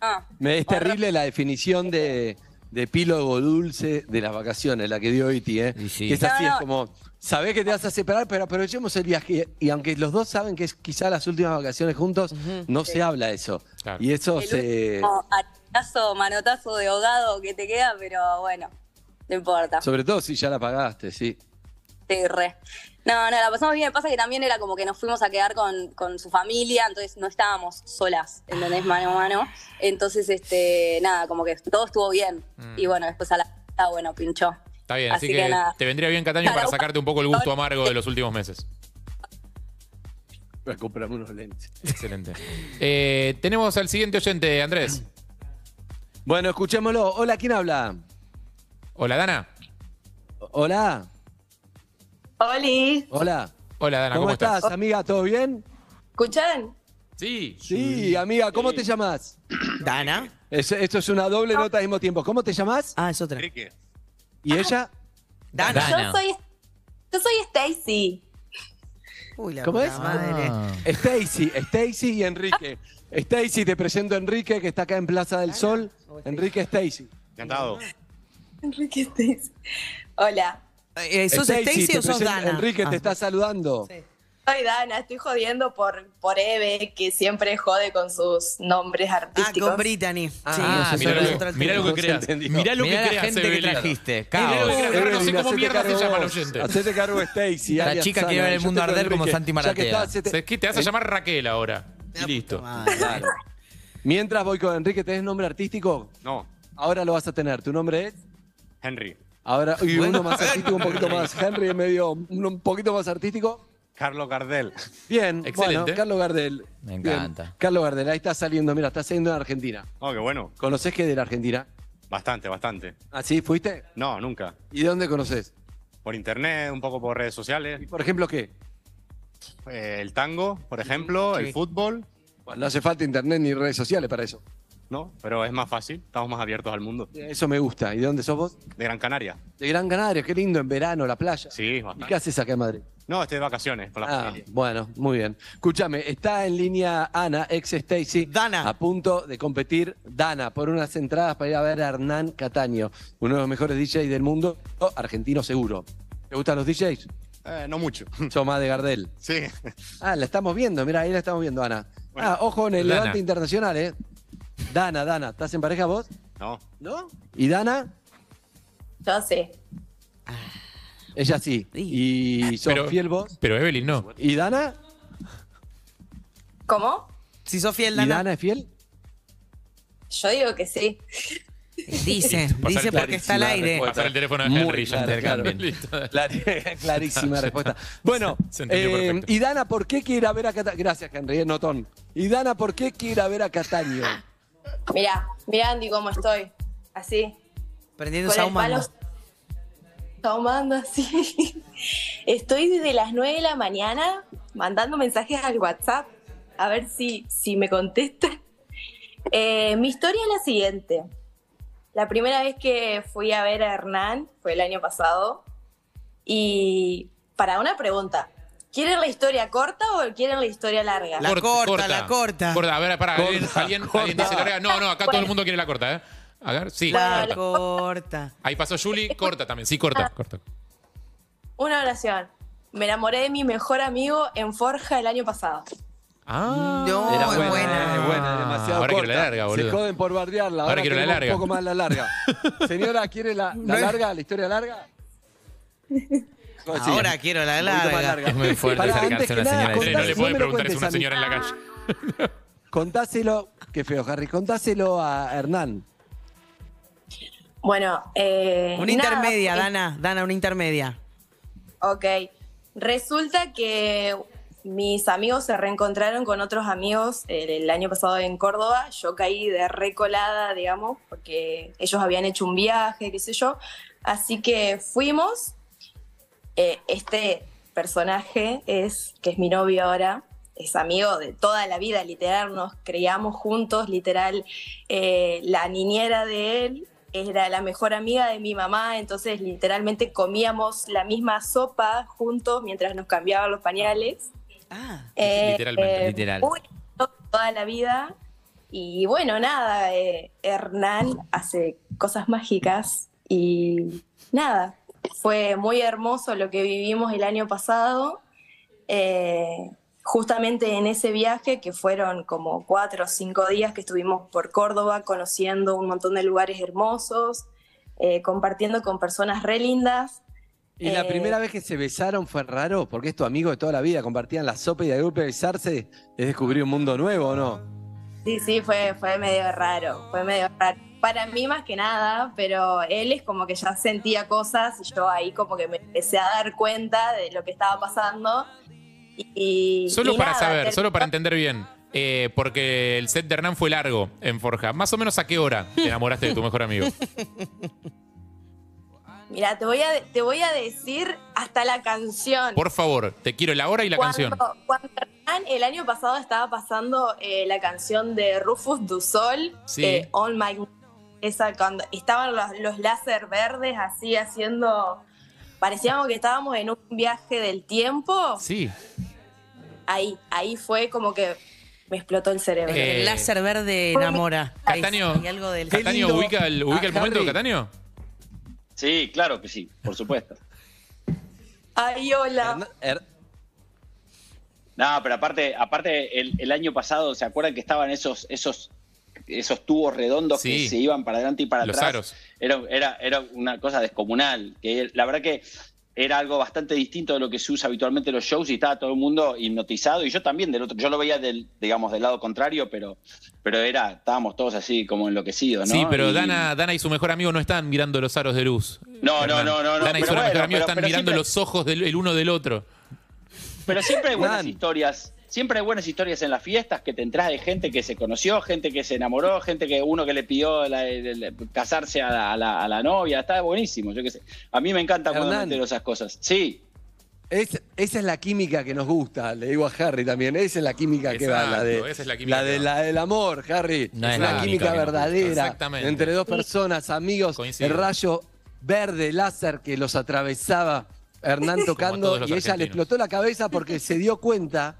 [SPEAKER 9] Ah,
[SPEAKER 6] Me es terrible la definición de, de epílogo dulce de las vacaciones, la que dio Iti, ¿eh?
[SPEAKER 1] Y sí.
[SPEAKER 6] Que es así,
[SPEAKER 9] No,
[SPEAKER 6] es
[SPEAKER 9] no.
[SPEAKER 6] como, sabés que te vas a separar, pero aprovechemos el viaje. Y aunque los dos saben que es quizá las últimas vacaciones juntos, no se habla eso.
[SPEAKER 2] Claro.
[SPEAKER 6] Y eso se...
[SPEAKER 9] el último hachazo, manotazo de ahogado que te queda, pero bueno, no importa.
[SPEAKER 6] Sobre todo si ya la pagaste, sí.
[SPEAKER 9] Sí, re. No, no, la pasamos bien. Pasa que también era como que nos fuimos a quedar con, con su familia, entonces no estábamos solas, ¿entendés? Mano a mano. Entonces, este, nada, como que todo estuvo bien.
[SPEAKER 3] Mm.
[SPEAKER 9] Y bueno, después a la. Ah, bueno, pinchó.
[SPEAKER 2] Está bien, así,
[SPEAKER 9] Así
[SPEAKER 2] que,
[SPEAKER 9] que nada.
[SPEAKER 2] te vendría bien Cataño para
[SPEAKER 9] Para-
[SPEAKER 2] sacarte un poco el gusto amargo de los últimos meses.
[SPEAKER 6] Voy a comprarme unos lentes.
[SPEAKER 2] Excelente. Eh, tenemos al siguiente oyente, Andrés.
[SPEAKER 6] Bueno, escuchémoslo. Hola, ¿quién habla?
[SPEAKER 2] Hola, Dana.
[SPEAKER 6] Hola.
[SPEAKER 11] Oli,
[SPEAKER 6] Hola.
[SPEAKER 2] Hola, Dana, ¿cómo,
[SPEAKER 6] ¿Cómo estás, amiga? ¿Todo bien?
[SPEAKER 11] ¿escuchan?
[SPEAKER 2] Sí.
[SPEAKER 6] Sí, amiga, ¿cómo te llamas?
[SPEAKER 3] ¿Dana?
[SPEAKER 6] Es- esto es una
[SPEAKER 1] Ah.
[SPEAKER 6] doble nota al mismo tiempo. ¿Cómo te llamas?
[SPEAKER 3] Ah, es otra.
[SPEAKER 8] Enrique.
[SPEAKER 6] ¿Y ella?
[SPEAKER 3] Dana.
[SPEAKER 1] Dana.
[SPEAKER 11] Yo soy, yo soy Stacy.
[SPEAKER 3] Uy, la
[SPEAKER 6] ¿Cómo
[SPEAKER 3] puta
[SPEAKER 6] es?
[SPEAKER 3] madre.
[SPEAKER 1] Ah.
[SPEAKER 6] Stacy, Stacy y Enrique. Stacy, te presento a Enrique, que está acá en Plaza del Sol. Enrique Stacy.
[SPEAKER 8] Encantado.
[SPEAKER 11] Enrique Stacy. Hola,
[SPEAKER 3] Eh, ¿Sos Stacy
[SPEAKER 6] te
[SPEAKER 3] o sos
[SPEAKER 6] presento-
[SPEAKER 3] Dana?
[SPEAKER 6] Enrique te
[SPEAKER 3] Ah.
[SPEAKER 6] está saludando.
[SPEAKER 11] soy Dana. Estoy jodiendo por, por Eve, que siempre jode con sus nombres
[SPEAKER 3] Ah,
[SPEAKER 11] artísticos.
[SPEAKER 3] con Brittany. sí,
[SPEAKER 6] Ah,
[SPEAKER 3] eso
[SPEAKER 2] mirá
[SPEAKER 3] es
[SPEAKER 2] lo que-
[SPEAKER 3] otra
[SPEAKER 2] mirá lo que
[SPEAKER 6] No se
[SPEAKER 2] creas.
[SPEAKER 6] entendió.
[SPEAKER 2] Mirá lo
[SPEAKER 1] Mirá
[SPEAKER 2] que
[SPEAKER 1] la
[SPEAKER 2] creas,
[SPEAKER 1] gente que
[SPEAKER 2] Evelyn.
[SPEAKER 1] trajiste.
[SPEAKER 2] Mirá lo que
[SPEAKER 1] Caos.
[SPEAKER 2] creas, ahora no sé
[SPEAKER 6] Evelyn,
[SPEAKER 2] cómo
[SPEAKER 6] Ah, hacete
[SPEAKER 2] mierda se
[SPEAKER 6] cargo
[SPEAKER 2] llama el
[SPEAKER 6] vos.
[SPEAKER 2] oyente.
[SPEAKER 6] Hacete cargo, Stacy.
[SPEAKER 1] La
[SPEAKER 6] alias
[SPEAKER 1] chica
[SPEAKER 6] Sana.
[SPEAKER 1] quiere ver el
[SPEAKER 6] Yo
[SPEAKER 1] mundo
[SPEAKER 6] te digo,
[SPEAKER 1] arder como
[SPEAKER 6] Enrique,
[SPEAKER 1] Santi
[SPEAKER 6] ya que
[SPEAKER 1] Maratea.
[SPEAKER 6] estás, hacete-
[SPEAKER 2] Se- que te vas a
[SPEAKER 3] ¿Eh?
[SPEAKER 2] llamar Raquel ahora. Y listo.
[SPEAKER 6] Claro. Mientras voy con Enrique, ¿tenés nombre artístico?
[SPEAKER 8] No,
[SPEAKER 6] Ahora lo vas a tener. ¿Tu nombre es?
[SPEAKER 8] Henry.
[SPEAKER 6] Ahora, y uno más artístico, un poquito más. Henry es medio, uno un poquito más artístico.
[SPEAKER 8] Carlos Cardel.
[SPEAKER 6] Bien,
[SPEAKER 2] Excelente.
[SPEAKER 6] bueno, Carlos Gardel.
[SPEAKER 1] Me
[SPEAKER 6] Bien.
[SPEAKER 1] encanta.
[SPEAKER 6] Carlos Gardel, ahí está saliendo, mira, está saliendo en Argentina.
[SPEAKER 8] Oh, qué bueno.
[SPEAKER 6] ¿Conoces qué de la Argentina?
[SPEAKER 8] Bastante, bastante.
[SPEAKER 6] ¿Ah, sí? ¿Fuiste?
[SPEAKER 8] No, nunca.
[SPEAKER 6] ¿Y de dónde conoces?
[SPEAKER 8] Por internet, un poco por redes
[SPEAKER 6] ¿Y
[SPEAKER 8] sociales.
[SPEAKER 6] por ejemplo qué?
[SPEAKER 8] Eh, el tango, por ejemplo, el fútbol.
[SPEAKER 6] Bueno, no hace falta internet ni redes sociales para eso.
[SPEAKER 8] No, pero es más fácil. Estamos más abiertos al mundo.
[SPEAKER 6] Eso me gusta. ¿Y de dónde sos vos?
[SPEAKER 8] De Gran Canaria.
[SPEAKER 6] De Gran Canaria, qué lindo, en verano, la playa.
[SPEAKER 8] Sí,
[SPEAKER 6] ¿Y qué
[SPEAKER 8] bastante.
[SPEAKER 6] haces acá en Madrid?
[SPEAKER 8] No, estoy de vacaciones con la
[SPEAKER 6] Ah,
[SPEAKER 8] familia.
[SPEAKER 6] bueno, muy bien. Escúchame, está en línea Ana, ex Stacy.
[SPEAKER 3] Dana.
[SPEAKER 6] A punto de competir, Dana, por unas entradas para ir a ver a Hernán Cataño, uno de los mejores DJs del mundo, oh, argentino seguro. ¿Te gustan los DJs?
[SPEAKER 8] Eh, no mucho.
[SPEAKER 6] Yo más de Gardel.
[SPEAKER 8] Sí.
[SPEAKER 6] Ah, la estamos viendo, mira, ahí la estamos viendo, Ana. Ah, ojo en el
[SPEAKER 2] Dana.
[SPEAKER 6] levante internacional, ¿eh? Dana, Dana, ¿estás en pareja vos?
[SPEAKER 8] No.
[SPEAKER 6] ¿No? ¿Y Dana?
[SPEAKER 11] Yo sé.
[SPEAKER 6] Ella sí. ¿Y sos
[SPEAKER 2] Pero-
[SPEAKER 6] fiel vos?
[SPEAKER 2] Pero Evelyn no.
[SPEAKER 6] ¿Y Dana?
[SPEAKER 11] ¿Cómo?
[SPEAKER 3] Si sos fiel,
[SPEAKER 6] ¿Y Dana es fiel?
[SPEAKER 11] Yo digo que sí.
[SPEAKER 3] Dice,
[SPEAKER 2] Listo, pasar
[SPEAKER 3] dice
[SPEAKER 2] el-
[SPEAKER 3] porque está al aire.
[SPEAKER 2] Pasar el teléfono de
[SPEAKER 6] Muy
[SPEAKER 2] Henry. ya
[SPEAKER 6] clara,
[SPEAKER 2] intercambian.
[SPEAKER 6] claro.
[SPEAKER 2] Listo.
[SPEAKER 6] Clar- clarísima respuesta. Bueno,
[SPEAKER 2] Se entendió
[SPEAKER 6] eh,
[SPEAKER 2] perfecto.
[SPEAKER 6] y Dana, ¿por qué quiere ir a ver a Cataño? Gracias, Henry, eh, Notón. Y Dana, ¿por qué quiere ir a ver a Cataño?
[SPEAKER 3] Ah,
[SPEAKER 11] Mirá, mirá Andy cómo estoy. Así.
[SPEAKER 3] Prendiendo
[SPEAKER 11] Con el
[SPEAKER 3] Saumano.
[SPEAKER 11] palo- Saumando así. Estoy desde las 9 de la mañana mandando mensajes al WhatsApp a ver si, si me contestan. Eh, mi historia es la siguiente. La primera vez que fui a ver a Hernán fue el año pasado. Y para una pregunta, ¿quieren la historia corta o quieren la historia larga?
[SPEAKER 3] La corta, la corta.
[SPEAKER 2] Corta, a ver, pará.
[SPEAKER 6] Corta,
[SPEAKER 2] ¿alguien, alguien,
[SPEAKER 6] corta.
[SPEAKER 2] alguien dice larga? No, no, acá todo el mundo quiere la corta, ¿eh? A ver, sí,
[SPEAKER 3] La
[SPEAKER 2] corta.
[SPEAKER 3] corta.
[SPEAKER 2] Ahí pasó Julie, corta también. Sí, corta, corta.
[SPEAKER 11] Una oración. Me enamoré de mi mejor amigo en Forja el año pasado.
[SPEAKER 2] Ah.
[SPEAKER 3] No,
[SPEAKER 6] Era
[SPEAKER 3] es
[SPEAKER 6] buena,
[SPEAKER 3] buena.
[SPEAKER 6] es buena, demasiado
[SPEAKER 2] Ahora quiero
[SPEAKER 6] corta.
[SPEAKER 2] la larga, boludo.
[SPEAKER 6] Se joden por bardearla. Ahora,
[SPEAKER 2] Ahora quiero la
[SPEAKER 6] queremos
[SPEAKER 2] larga.
[SPEAKER 6] Un poco más la larga. Señora, ¿quiere la, la larga, la historia larga?
[SPEAKER 3] Ahora quiero la
[SPEAKER 6] Un poquito más
[SPEAKER 3] larga.
[SPEAKER 1] Es muy fuerte
[SPEAKER 6] Pará,
[SPEAKER 1] acercarse
[SPEAKER 6] antes
[SPEAKER 1] a
[SPEAKER 6] que
[SPEAKER 1] una
[SPEAKER 6] nada,
[SPEAKER 1] señora de Contás,
[SPEAKER 2] Eh, no le
[SPEAKER 6] contáselo,
[SPEAKER 2] puede
[SPEAKER 6] me lo
[SPEAKER 2] preguntar es
[SPEAKER 6] cuentes
[SPEAKER 2] una
[SPEAKER 6] a mí.
[SPEAKER 2] señora en la calle.
[SPEAKER 6] Contáselo, qué feo, Harry, contáselo a Hernán.
[SPEAKER 11] Bueno, eh, nada,
[SPEAKER 3] Una intermedia,
[SPEAKER 11] eh,
[SPEAKER 3] Dana. Dana, una intermedia.
[SPEAKER 11] Ok. Resulta que mis amigos se reencontraron con otros amigos el, el año pasado en Córdoba. Yo caí de recolada, digamos, porque ellos habían hecho un viaje, qué sé yo. Así que fuimos. Eh, este personaje es, que es mi novio ahora, es amigo de toda la vida, literal, nos creíamos juntos, literal, eh, la niñera de él era la mejor amiga de mi mamá, entonces literalmente comíamos la misma sopa juntos mientras nos cambiaban los pañales.
[SPEAKER 3] Ah,
[SPEAKER 2] Literalmente,
[SPEAKER 1] literal.
[SPEAKER 11] uy, toda la vida. Y bueno, nada, eh, Hernán hace cosas mágicas y nada, fue muy hermoso lo que vivimos el año pasado, eh, justamente en ese viaje que fueron como cuatro o cinco días que estuvimos por Córdoba conociendo un montón de lugares hermosos, eh, compartiendo con personas re lindas.
[SPEAKER 6] ¿Y la
[SPEAKER 11] Eh,
[SPEAKER 6] primera vez que se besaron fue raro? Porque es tu amigo de toda la vida, compartían la sopa y de golpe besarse es descubrir un mundo nuevo, ¿o no?
[SPEAKER 11] Sí, sí, fue, fue medio raro, fue medio raro. Para mí más que nada, pero él es como que ya sentía cosas y yo ahí como que me empecé a dar cuenta de lo que estaba pasando. Y,
[SPEAKER 2] Solo
[SPEAKER 11] y
[SPEAKER 2] para
[SPEAKER 11] nada,
[SPEAKER 2] saber,
[SPEAKER 11] ter-
[SPEAKER 2] solo para entender bien. eh, porque el set de Hernán fue largo en Forja. Más o menos a qué hora te enamoraste de tu mejor amigo.
[SPEAKER 11] Mira, te voy, a, te voy a decir hasta la canción.
[SPEAKER 2] Por favor, te quiero la hora y la canción.
[SPEAKER 11] Cuando, cuando Hernán el año pasado estaba pasando eh, la canción de Rufus Du Sol,
[SPEAKER 2] Sí.
[SPEAKER 11] eh, All My esa cuando estaban los, los láser verdes así haciendo, parecíamos que estábamos en un viaje del tiempo,
[SPEAKER 2] Sí.
[SPEAKER 11] ahí, ahí fue como que me explotó el cerebro.
[SPEAKER 2] Eh,
[SPEAKER 3] El láser verde enamora.
[SPEAKER 2] Cataño,
[SPEAKER 3] Hay algo del-
[SPEAKER 2] Cataño
[SPEAKER 6] lindo.
[SPEAKER 2] ubica el, ubica el
[SPEAKER 6] Ah,
[SPEAKER 2] momento,
[SPEAKER 6] Harry.
[SPEAKER 2] Cataño.
[SPEAKER 5] Sí, claro que sí, por supuesto.
[SPEAKER 11] Ay, hola.
[SPEAKER 6] Hernán- Her-
[SPEAKER 5] No, pero aparte, aparte el, el año pasado, ¿se acuerdan que estaban esos, esos, esos tubos redondos
[SPEAKER 2] Sí.
[SPEAKER 5] que se iban para adelante y para
[SPEAKER 2] Los
[SPEAKER 5] atrás?
[SPEAKER 2] aros.
[SPEAKER 5] Era, era, era una cosa descomunal. Que la verdad que era algo bastante distinto de lo que se usa habitualmente en los shows y estaba todo el mundo hipnotizado. Y yo también del otro, yo lo veía del, digamos, del lado contrario, pero, pero era, estábamos todos así como enloquecidos, ¿no?
[SPEAKER 2] Sí, pero
[SPEAKER 5] Y-
[SPEAKER 2] Dana, Dana y su mejor amigo no están mirando los aros de luz.
[SPEAKER 5] No, no,
[SPEAKER 2] Hernán.
[SPEAKER 5] no, no, no,
[SPEAKER 2] Dana y
[SPEAKER 5] pero
[SPEAKER 2] su mejor
[SPEAKER 5] bueno,
[SPEAKER 2] amigo
[SPEAKER 5] pero-
[SPEAKER 2] están
[SPEAKER 5] pero
[SPEAKER 2] mirando
[SPEAKER 5] siempre-
[SPEAKER 2] los ojos del el uno del otro.
[SPEAKER 5] Pero siempre hay buenas
[SPEAKER 6] Nan.
[SPEAKER 5] historias. Siempre hay buenas historias en las fiestas que te entras de gente que se conoció, gente que se enamoró, gente que uno que le pidió la- el- el- casarse a la, a la- a la novia. Está buenísimo, yo qué sé. A mí me encanta cuando me
[SPEAKER 6] Hernán.
[SPEAKER 5] entero esas cosas. Sí,
[SPEAKER 6] es- esa es la química que nos gusta, le digo a Harry también. Esa es la química que va, la,
[SPEAKER 2] Exacto,
[SPEAKER 6] de,
[SPEAKER 2] esa es la química que
[SPEAKER 6] de-
[SPEAKER 2] va.
[SPEAKER 6] la del amor, Harry.
[SPEAKER 1] No
[SPEAKER 6] es
[SPEAKER 1] es
[SPEAKER 6] la
[SPEAKER 1] la química
[SPEAKER 6] química
[SPEAKER 1] que nos gusta,
[SPEAKER 6] verdadera
[SPEAKER 2] exactamente.
[SPEAKER 6] entre dos personas, amigos,
[SPEAKER 2] Coincido.
[SPEAKER 6] el rayo verde láser que los atravesaba. Hernán
[SPEAKER 2] todos
[SPEAKER 6] tocando
[SPEAKER 2] los
[SPEAKER 6] y ella le
[SPEAKER 2] argentinos.
[SPEAKER 6] explotó la cabeza porque se dio cuenta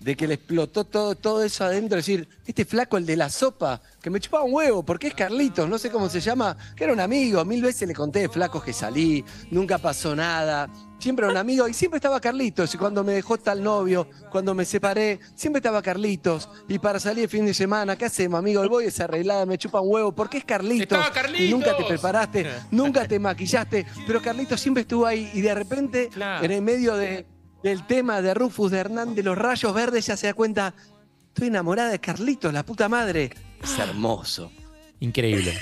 [SPEAKER 6] de que le explotó todo, todo eso adentro, decir, este flaco, el de la sopa, que me chupaba un huevo, porque es Carlitos, no sé cómo se llama, que era un amigo, mil veces le conté de flacos que salí, nunca pasó nada, siempre era un amigo, y siempre estaba Carlitos, y cuando me dejó tal novio, cuando me separé, siempre estaba Carlitos, y para salir el fin de semana, ¿qué hacemos, amigo? El boy es arreglada, me chupa un huevo, porque es Carlitos,
[SPEAKER 2] Estaba Carlitos.
[SPEAKER 6] y nunca te preparaste, nunca te maquillaste, pero Carlitos siempre estuvo ahí, y de repente,
[SPEAKER 2] Claro.
[SPEAKER 6] en el medio de- del tema de Rufus, de Hernán, de los rayos verdes, ya se da cuenta, estoy enamorada de Carlitos, la puta madre. Es hermoso.
[SPEAKER 2] Increíble.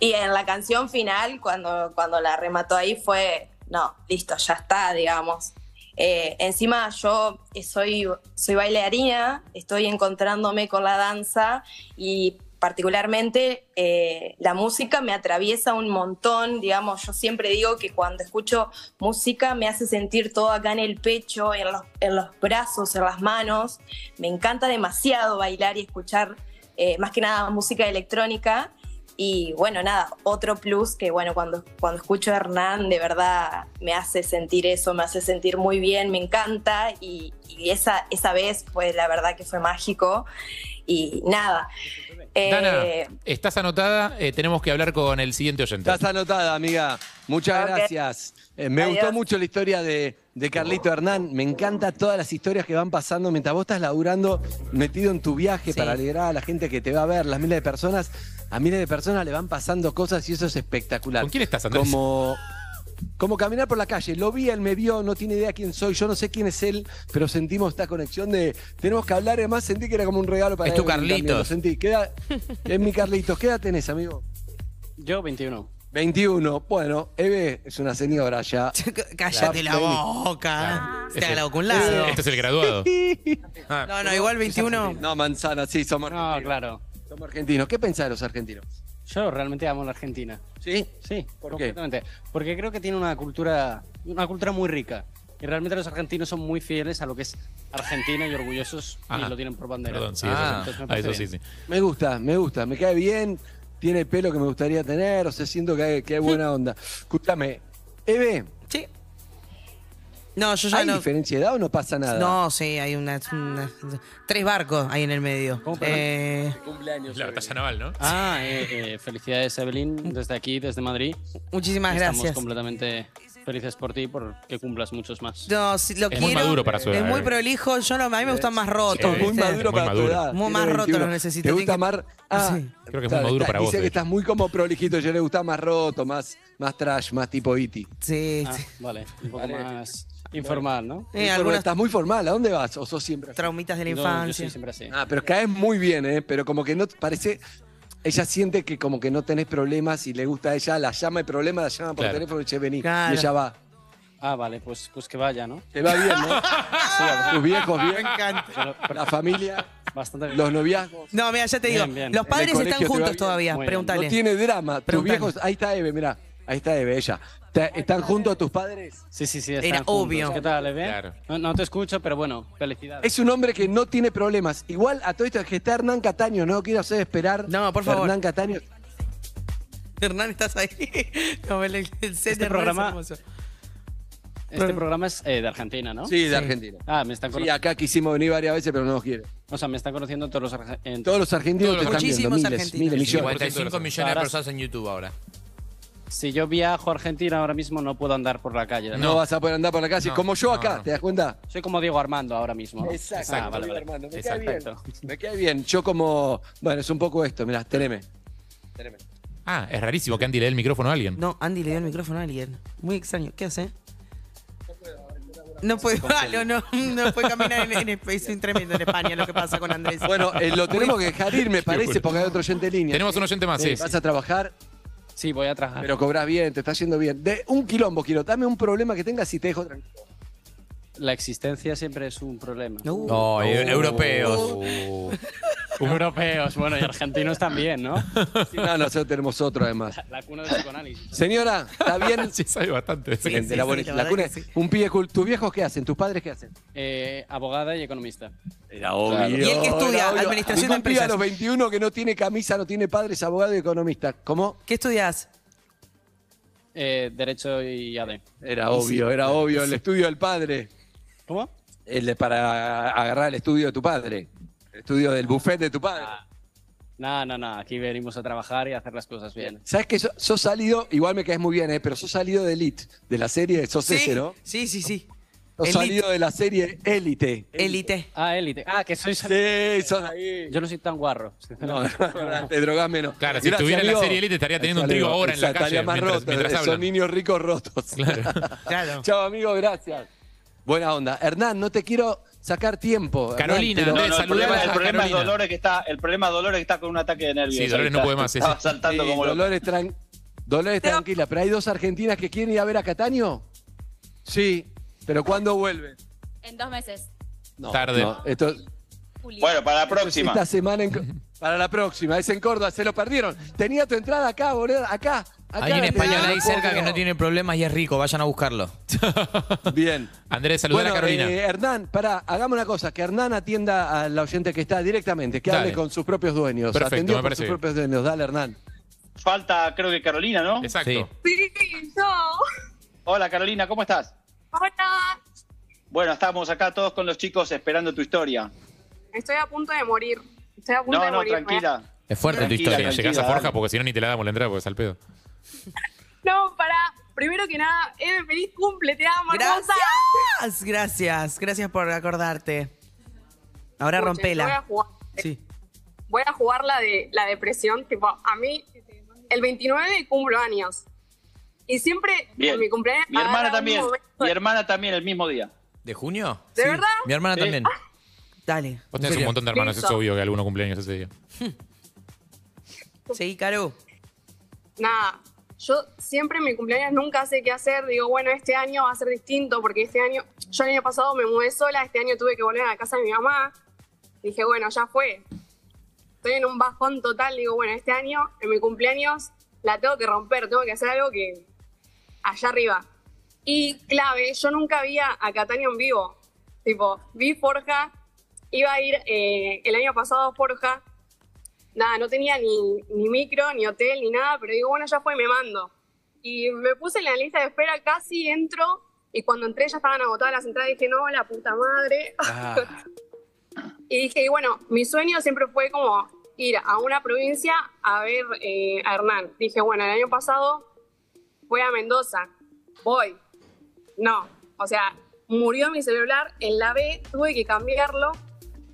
[SPEAKER 11] Y en la canción final, cuando, cuando la remató ahí, fue, no, listo, ya está, digamos. Eh, encima yo soy, soy bailarina, estoy encontrándome con la danza y particularmente eh, la música me atraviesa un montón, digamos, yo siempre digo que cuando escucho música me hace sentir todo acá en el pecho, en los, en los brazos, en las manos, me encanta demasiado bailar y escuchar eh, más que nada música electrónica y bueno, nada, otro plus que bueno, cuando, cuando escucho a Hernán, de verdad me hace sentir eso, me hace sentir muy bien, me encanta y, y esa, esa vez fue la verdad que fue mágico y nada. Eh,
[SPEAKER 2] Dana, estás anotada. eh, tenemos que hablar con el siguiente oyente.
[SPEAKER 6] Estás anotada, amiga. Muchas
[SPEAKER 11] Ok.
[SPEAKER 6] gracias. Eh, me
[SPEAKER 11] Adiós.
[SPEAKER 6] gustó mucho la historia de, de Carlito Hernán. Me encanta todas las historias que van pasando mientras vos estás laburando, metido en tu viaje
[SPEAKER 3] Sí.
[SPEAKER 6] para alegrar a la gente que te va a ver, las miles de personas. A miles de personas le van pasando cosas y eso es espectacular.
[SPEAKER 2] ¿Con quién estás, Andrés?
[SPEAKER 6] Como, como caminar por la calle. Lo vi, él me vio, no tiene idea quién soy, yo no sé quién es él, pero sentimos esta conexión de tenemos que hablar. Además, sentí que era como un regalo para
[SPEAKER 1] Es
[SPEAKER 6] él.
[SPEAKER 1] tu Carlitos.
[SPEAKER 6] también, lo sentí. Queda, es mi Carlitos. ¿Qué edad tenés, amigo?
[SPEAKER 10] Yo, 21.
[SPEAKER 6] 21. Bueno, Eve es una señora ya.
[SPEAKER 3] Cállate la
[SPEAKER 6] Claro.
[SPEAKER 3] boca. Se te
[SPEAKER 2] Ese-
[SPEAKER 3] haga la boca a un
[SPEAKER 2] ese-
[SPEAKER 3] lado.
[SPEAKER 2] Este es el graduado. Ah,
[SPEAKER 3] No, no, igual 21.
[SPEAKER 6] No, manzana, sí, somos argentinos.
[SPEAKER 10] No, claro.
[SPEAKER 6] Somos argentinos. ¿Qué pensás de los argentinos?
[SPEAKER 10] Yo realmente amo la Argentina.
[SPEAKER 6] ¿Sí?
[SPEAKER 10] Sí,
[SPEAKER 6] ¿Por qué?
[SPEAKER 10] completamente. Porque creo que tiene una cultura, una cultura muy rica. Y realmente los argentinos son muy fieles a lo que es Argentina y orgullosos
[SPEAKER 2] Ajá.
[SPEAKER 10] y lo tienen por bandera.
[SPEAKER 2] Perdón, sí,
[SPEAKER 1] Ah.
[SPEAKER 2] eso, sí.
[SPEAKER 10] Entonces me
[SPEAKER 2] Ah,
[SPEAKER 10] parece
[SPEAKER 2] eso sí,
[SPEAKER 10] bien.
[SPEAKER 2] sí.
[SPEAKER 6] Me gusta, me gusta, me cae bien, tiene el pelo que me gustaría tener, o sea, siento que hay, que hay buena onda. Escúchame, Eve,
[SPEAKER 3] Sí. No, yo ya
[SPEAKER 6] ¿hay
[SPEAKER 3] no.
[SPEAKER 6] diferencia de edad o no pasa nada?
[SPEAKER 3] No, sí, hay una, una- tres barcos ahí en el medio.
[SPEAKER 10] ¿Cómo, perdón?
[SPEAKER 3] Eh,
[SPEAKER 6] Cumpleaños.
[SPEAKER 2] La batalla naval, ¿no?
[SPEAKER 10] Ah, eh, eh, felicidades Evelyn, desde aquí, desde Madrid.
[SPEAKER 3] muchísimas
[SPEAKER 10] Estamos
[SPEAKER 3] gracias.
[SPEAKER 10] completamente felices por ti, por que cumplas muchos más.
[SPEAKER 3] No, sí, lo
[SPEAKER 2] Es
[SPEAKER 3] quiero.
[SPEAKER 2] muy maduro para su edad.
[SPEAKER 3] Es muy
[SPEAKER 2] eh.
[SPEAKER 3] prolijo. Yo no, a mí me gustan más rotos.
[SPEAKER 6] Eh, Muy
[SPEAKER 3] ¿viste?
[SPEAKER 6] maduro
[SPEAKER 2] Muy
[SPEAKER 6] para tu
[SPEAKER 2] maduro.
[SPEAKER 6] edad.
[SPEAKER 3] Muy más
[SPEAKER 6] tiene
[SPEAKER 3] roto
[SPEAKER 6] 21.
[SPEAKER 3] los necesito,
[SPEAKER 6] ¿Te
[SPEAKER 3] tiene
[SPEAKER 6] gusta
[SPEAKER 3] que-
[SPEAKER 6] más? Ah,
[SPEAKER 3] Sí.
[SPEAKER 2] Creo que es muy
[SPEAKER 6] está-
[SPEAKER 2] maduro
[SPEAKER 6] está-
[SPEAKER 2] para vos, eh.
[SPEAKER 6] Dice
[SPEAKER 2] de
[SPEAKER 6] que
[SPEAKER 2] hecho.
[SPEAKER 6] estás muy como prolijito, yo le gusta más roto, más, más trash, más tipo E Iti.
[SPEAKER 3] Sí,
[SPEAKER 10] Ah,
[SPEAKER 3] sí.
[SPEAKER 10] vale, un poco más informal, ¿no?
[SPEAKER 3] Eh,
[SPEAKER 6] Muy formal,
[SPEAKER 3] algunas
[SPEAKER 6] Estás muy formal, ¿a dónde vas? ¿O sos siempre así?
[SPEAKER 3] traumitas de la
[SPEAKER 10] No, yo
[SPEAKER 3] infancia.
[SPEAKER 10] soy siempre así.
[SPEAKER 6] Ah, pero caes muy bien, ¿eh? Pero como que no parece. Ella siente que como que no tenés problemas y le gusta a ella, la llama de problemas, la llama por
[SPEAKER 2] Claro.
[SPEAKER 6] teléfono y che, vení.
[SPEAKER 3] Claro.
[SPEAKER 6] Y ella va.
[SPEAKER 10] Ah, vale, pues, pues que vaya, ¿no?
[SPEAKER 6] Te va bien, ¿no? Tus viejos bien,
[SPEAKER 10] Yo lo-
[SPEAKER 6] la familia,
[SPEAKER 10] Bastante bien.
[SPEAKER 6] los noviazgos.
[SPEAKER 3] No, mira, ya te
[SPEAKER 10] Bien,
[SPEAKER 3] digo.
[SPEAKER 10] bien.
[SPEAKER 3] Los
[SPEAKER 10] En el
[SPEAKER 3] padres están
[SPEAKER 6] colegio te va
[SPEAKER 3] juntos
[SPEAKER 6] bien.
[SPEAKER 3] todavía.
[SPEAKER 10] Muy bien.
[SPEAKER 3] Pregúntale.
[SPEAKER 6] No tiene drama. Tus
[SPEAKER 3] Preguntale.
[SPEAKER 6] viejos, ahí está Eve, mirá. Ahí está Eve, ella. Está- ¿Están juntos tus padres?
[SPEAKER 10] Sí, sí, sí, están
[SPEAKER 3] Era
[SPEAKER 10] juntos.
[SPEAKER 3] obvio.
[SPEAKER 10] ¿Qué tal, Eve?
[SPEAKER 2] Claro.
[SPEAKER 10] No, no te escucho, pero bueno, felicidades.
[SPEAKER 6] Es un hombre que no tiene problemas. Igual a todo esto es que está Hernán Cataño, no quiero hacer esperar.
[SPEAKER 3] No, por favor.
[SPEAKER 6] Hernán Cataño.
[SPEAKER 3] Hernán, estás ahí. Como el, el set
[SPEAKER 10] Este
[SPEAKER 3] de Hernán es
[SPEAKER 10] programa-
[SPEAKER 3] hermoso.
[SPEAKER 10] Este programa es eh, de Argentina, ¿no?
[SPEAKER 6] Sí, de Argentina.
[SPEAKER 10] Ah, me están, cono-
[SPEAKER 6] Sí, acá quisimos venir varias veces, pero no nos quiere.
[SPEAKER 10] o sea, me están conociendo todos los arge- en-
[SPEAKER 6] Todos los argentinos
[SPEAKER 2] Todos
[SPEAKER 6] te
[SPEAKER 2] los
[SPEAKER 6] están viendo,
[SPEAKER 3] argentinos.
[SPEAKER 6] miles,
[SPEAKER 3] Muchísimos
[SPEAKER 6] miles,
[SPEAKER 2] argentinos.
[SPEAKER 6] millones.
[SPEAKER 1] 55 millones de personas en YouTube ahora.
[SPEAKER 10] Si yo viajo a Argentina ahora mismo no puedo andar por la calle. ¿no?
[SPEAKER 6] No, vas a poder andar por la calle,
[SPEAKER 2] No,
[SPEAKER 6] como yo
[SPEAKER 2] no,
[SPEAKER 6] acá,
[SPEAKER 2] no.
[SPEAKER 6] ¿te das cuenta?
[SPEAKER 10] Soy como Diego Armando ahora mismo. ¿no? Ah, vale, vale.
[SPEAKER 6] hermano, me
[SPEAKER 2] Exacto.
[SPEAKER 6] cae bien. Me cae bien, yo como, bueno, es un poco esto, mirá, teneme.
[SPEAKER 2] Ah, es rarísimo que Andy le dé el micrófono a alguien.
[SPEAKER 3] No, Andy le dio el micrófono a alguien. Muy extraño. ¿Qué hace? No puede, Valo, no, no puede caminar en, en España. Es un tremendo en España lo que pasa con Andrés.
[SPEAKER 6] Bueno, eh, lo tenemos que dejar ir, me parece,
[SPEAKER 2] locura.
[SPEAKER 6] porque hay otro oyente en línea.
[SPEAKER 2] Tenemos un oyente más, sí.
[SPEAKER 6] Sí, Vas a trabajar,
[SPEAKER 10] Sí, voy a trabajar.
[SPEAKER 6] pero cobras bien, te está yendo bien. De un quilombo quiero, dame un problema que tengas y te dejo tranquilo.
[SPEAKER 10] La existencia siempre es un problema.
[SPEAKER 3] No.
[SPEAKER 1] No, eu- europeos.
[SPEAKER 10] Europeos, bueno, y argentinos también, ¿no?
[SPEAKER 6] Sí, No, nosotros tenemos otro además.
[SPEAKER 10] La cuna del psicoanálisis.
[SPEAKER 6] Señora, ¿está bien?
[SPEAKER 2] Sí, sabe bastante.
[SPEAKER 3] Sí,
[SPEAKER 6] Excelente, la, buena-
[SPEAKER 3] sí, la
[SPEAKER 6] la
[SPEAKER 3] verdad
[SPEAKER 6] cuna-
[SPEAKER 3] que sí.
[SPEAKER 6] Un pibe cool. ¿Tus viejos qué hacen? ¿Tus padres qué hacen?
[SPEAKER 10] Eh, abogada y economista.
[SPEAKER 6] Era obvio.
[SPEAKER 3] Y el que estudia
[SPEAKER 6] Era obvio.
[SPEAKER 3] administración de
[SPEAKER 6] Ningún pibe
[SPEAKER 3] empresas.
[SPEAKER 6] a los 21 que no tiene camisa, no tiene padres, abogado y economista. ¿Cómo?
[SPEAKER 3] ¿Qué estudias?
[SPEAKER 10] Eh, derecho y AD.
[SPEAKER 6] Era obvio, era obvio. El estudio del padre.
[SPEAKER 10] ¿Cómo?
[SPEAKER 6] El de- para agarrar el estudio de tu padre. El estudio del buffet de tu padre.
[SPEAKER 10] Ah. No, no, no. Aquí venimos a trabajar y a hacer las cosas bien.
[SPEAKER 6] Sabes que sos, sos salido, igual me caes muy bien, eh, pero sos salido de Elite, de la serie, sos ese, ¿no?
[SPEAKER 3] Sí, sí, sí.
[SPEAKER 6] Sos salido de la serie Élite.
[SPEAKER 3] Élite.
[SPEAKER 10] Ah, élite. Ah, que soy.
[SPEAKER 6] Sí, sos ahí.
[SPEAKER 10] Yo no soy tan guarro.
[SPEAKER 6] No, no, te drogás menos.
[SPEAKER 2] Claro, si estuviera en la serie Elite estaría teniendo un
[SPEAKER 6] Amigo,
[SPEAKER 2] trigo ahora en la
[SPEAKER 6] exacto,
[SPEAKER 2] calle
[SPEAKER 6] estaría más
[SPEAKER 2] mientras,
[SPEAKER 6] roto, eh,
[SPEAKER 2] mientras
[SPEAKER 6] Son
[SPEAKER 2] hablan.
[SPEAKER 6] niños ricos rotos. Chao, amigo, gracias. Buena onda. Hernán, no te quiero sacar tiempo. Hernán, pero-
[SPEAKER 5] No, no, el problema, el problema es Dolores que está, el problema es Dolores que está con un ataque de nervios.
[SPEAKER 2] Sí, Dolores no
[SPEAKER 5] Está-
[SPEAKER 2] puede más, sí,
[SPEAKER 5] Estaba
[SPEAKER 2] sí.
[SPEAKER 5] saltando
[SPEAKER 6] Sí,
[SPEAKER 5] como loco.
[SPEAKER 6] Dolores, tran- Dolores tranquila, pero hay dos argentinas que quieren ir a ver a Cataño. Sí, pero ¿cuándo vuelven?
[SPEAKER 12] En dos meses.
[SPEAKER 6] No,
[SPEAKER 2] Tarde.
[SPEAKER 6] no, esto-
[SPEAKER 5] Bueno, para la próxima.
[SPEAKER 6] esta semana en Co- para la próxima, es en Córdoba, se lo perdieron. Tenía tu entrada acá, boludo, acá. acá
[SPEAKER 1] Alguien
[SPEAKER 6] la
[SPEAKER 1] español
[SPEAKER 6] tenía.
[SPEAKER 1] ahí cerca que no tiene problemas y es rico, vayan a buscarlo.
[SPEAKER 6] Bien.
[SPEAKER 2] Andrés, saludar
[SPEAKER 6] Bueno,
[SPEAKER 2] a Carolina.
[SPEAKER 6] eh, Hernán, pará, hagamos una cosa, que Hernán atienda a la oyente que está directamente, que hable
[SPEAKER 2] Dale.
[SPEAKER 6] con sus propios dueños.
[SPEAKER 2] Perfecto,
[SPEAKER 6] Atendido
[SPEAKER 2] me
[SPEAKER 6] por
[SPEAKER 2] parece
[SPEAKER 6] sus
[SPEAKER 2] bien.
[SPEAKER 6] propios dueños. Dale, Hernán.
[SPEAKER 5] Falta, creo que Carolina, ¿no?
[SPEAKER 2] Exacto.
[SPEAKER 12] Sí, yo.
[SPEAKER 5] Hola Carolina, ¿cómo estás?
[SPEAKER 12] Hola.
[SPEAKER 5] Bueno, estamos acá todos con los chicos esperando tu historia.
[SPEAKER 12] Estoy a punto de morir. Estoy a punto
[SPEAKER 5] No,
[SPEAKER 12] de
[SPEAKER 5] no,
[SPEAKER 12] morir.
[SPEAKER 5] tranquila.
[SPEAKER 2] Es fuerte
[SPEAKER 5] Tranquila,
[SPEAKER 2] tu historia. Llegás
[SPEAKER 5] tranquila,
[SPEAKER 2] a Forja
[SPEAKER 5] dale.
[SPEAKER 2] porque si no ni te la damos la entrada porque es al pedo.
[SPEAKER 12] No, para. Primero que nada, Eve, feliz cumple, te amo, hermosa.
[SPEAKER 3] Gracias, gracias, gracias por acordarte.
[SPEAKER 12] Escuchen, Voy
[SPEAKER 3] Ahora
[SPEAKER 12] a
[SPEAKER 3] rompela.
[SPEAKER 12] jugar,
[SPEAKER 3] Sí.
[SPEAKER 12] voy a jugar la de la depresión. Tipo, a mí, el 29 cumplo años. Y siempre
[SPEAKER 5] Bien.
[SPEAKER 12] en mi cumpleaños.
[SPEAKER 5] Mi hermana
[SPEAKER 12] agarra un
[SPEAKER 5] también.
[SPEAKER 12] momento
[SPEAKER 5] Mi hermana también el mismo día.
[SPEAKER 1] ¿De junio? Ah.
[SPEAKER 12] ¿De verdad?
[SPEAKER 1] Mi hermana
[SPEAKER 5] Sí.
[SPEAKER 1] también.
[SPEAKER 3] Dale.
[SPEAKER 2] Vos tenés un montón de hermanos, es
[SPEAKER 12] Listo.
[SPEAKER 2] obvio que alguno cumpleaños ese día.
[SPEAKER 3] Seguí, Caro.
[SPEAKER 12] nada, yo siempre en mi cumpleaños nunca sé qué hacer. Digo, bueno, este año va a ser distinto porque este año, yo el año pasado me mudé sola, este año tuve que volver a la casa de mi mamá. Dije, bueno, ya fue. Estoy en un bajón total. Digo, bueno, este año, en mi cumpleaños, la tengo que romper, tengo que hacer algo que allá arriba. Y clave, yo nunca vi a a Catania en vivo. Tipo, vi Forja, iba a ir eh, el año pasado a Forja, nada, no tenía ni, ni micro, ni hotel, ni nada, pero digo, bueno, ya fue, me mando. Y me puse en la lista de espera, casi entro, y cuando entré ya estaban agotadas las entradas, dije, no, la puta madre. y dije, y bueno, mi sueño siempre fue como ir a una provincia a ver eh, a Hernán. Dije, bueno, el año pasado voy a Mendoza, voy. No, o sea, murió mi celular en la B, tuve que cambiarlo,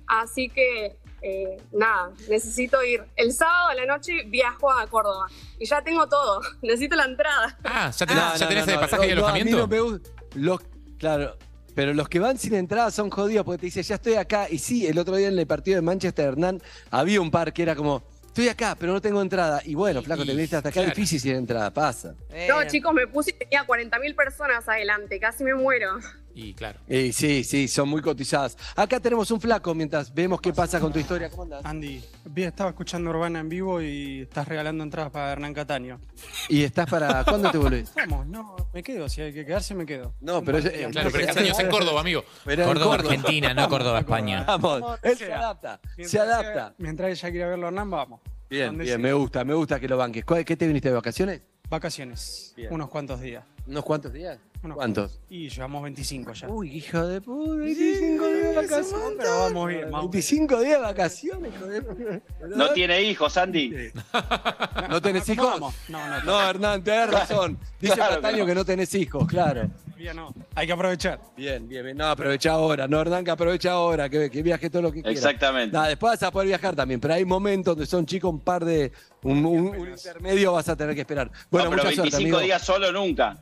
[SPEAKER 12] así que eh, nada, necesito ir. El sábado a la noche viajo a Córdoba y ya tengo todo, necesito la entrada.
[SPEAKER 2] Ah, ya
[SPEAKER 6] No,
[SPEAKER 2] tenés, ya
[SPEAKER 6] no,
[SPEAKER 2] tenés
[SPEAKER 6] no,
[SPEAKER 2] el
[SPEAKER 6] no,
[SPEAKER 2] pasaje de
[SPEAKER 6] no, no, a mí
[SPEAKER 2] alojamiento.
[SPEAKER 6] no me gu- los, claro, pero los que van sin entrada son jodidos porque te dicen, ya estoy acá. Y sí, el otro día en el partido de Manchester, Hernán, había un par que era como, estoy acá, pero no tengo entrada. Y bueno, flaco, te viniste hasta acá,
[SPEAKER 2] claro.
[SPEAKER 6] difícil sin entrada, pasa.
[SPEAKER 12] No, chicos, me puse y tenía 40.000 personas adelante, casi me muero.
[SPEAKER 2] Y claro.
[SPEAKER 6] Y sí, sí, son muy cotizadas. Acá tenemos un flaco mientras vemos qué pasa con tu historia. ¿Cómo
[SPEAKER 2] Ah.
[SPEAKER 6] andás?
[SPEAKER 13] Andy, bien, estaba escuchando Urbana en vivo y estás regalando entradas para Hernán Cataño.
[SPEAKER 6] ¿Y estás para cuándo te volvés?
[SPEAKER 13] Vamos, no, me quedo, si hay que quedarse me quedo.
[SPEAKER 6] No, pero es- eh,
[SPEAKER 2] Claro, pero Cataño es en Córdoba, amigo.
[SPEAKER 6] Pero en
[SPEAKER 1] Córdoba, Argentina, no Córdoba, España.
[SPEAKER 6] Vamos, él se adapta, se adapta.
[SPEAKER 13] mientras ella quiera verlo a Hernán, vamos.
[SPEAKER 6] Bien,
[SPEAKER 13] Donde
[SPEAKER 6] bien,
[SPEAKER 13] sea.
[SPEAKER 6] me gusta, me gusta que lo banques. ¿Cuál- ¿Qué te viniste de vacaciones?
[SPEAKER 13] Vacaciones,
[SPEAKER 6] Bien.
[SPEAKER 13] unos cuantos días.
[SPEAKER 6] ¿Unos cuantos días?
[SPEAKER 13] Unos
[SPEAKER 6] ¿Cuántos?
[SPEAKER 13] Y llevamos 25 ya.
[SPEAKER 6] Uy, hijo de puta, 25 días de vacaciones.
[SPEAKER 13] Pero vamos bien, vamos bien.
[SPEAKER 6] 25 días de vacaciones, hijo de puta.
[SPEAKER 5] No tiene hijos, Andy.
[SPEAKER 6] ¿No tenés hijos?
[SPEAKER 13] Vamos. No, no,
[SPEAKER 6] No, Hernán, tenés razón. Dice
[SPEAKER 5] Claro que
[SPEAKER 6] Cataño
[SPEAKER 5] no.
[SPEAKER 6] que no tenés hijos, claro.
[SPEAKER 13] todavía no. Hay que aprovechar.
[SPEAKER 6] Bien, bien, bien. No, aprovecha ahora. No, Hernán, que aprovecha ahora, que, que viaje todo lo que quieras.
[SPEAKER 5] Exactamente.
[SPEAKER 6] Nada, después vas a poder viajar también, pero hay momentos donde son chicos un par de. Un, un- un intermedio vas a tener que esperar. Bueno,
[SPEAKER 5] no, pero
[SPEAKER 6] mucha
[SPEAKER 5] 25
[SPEAKER 6] suerte, amigo.
[SPEAKER 5] días solo nunca.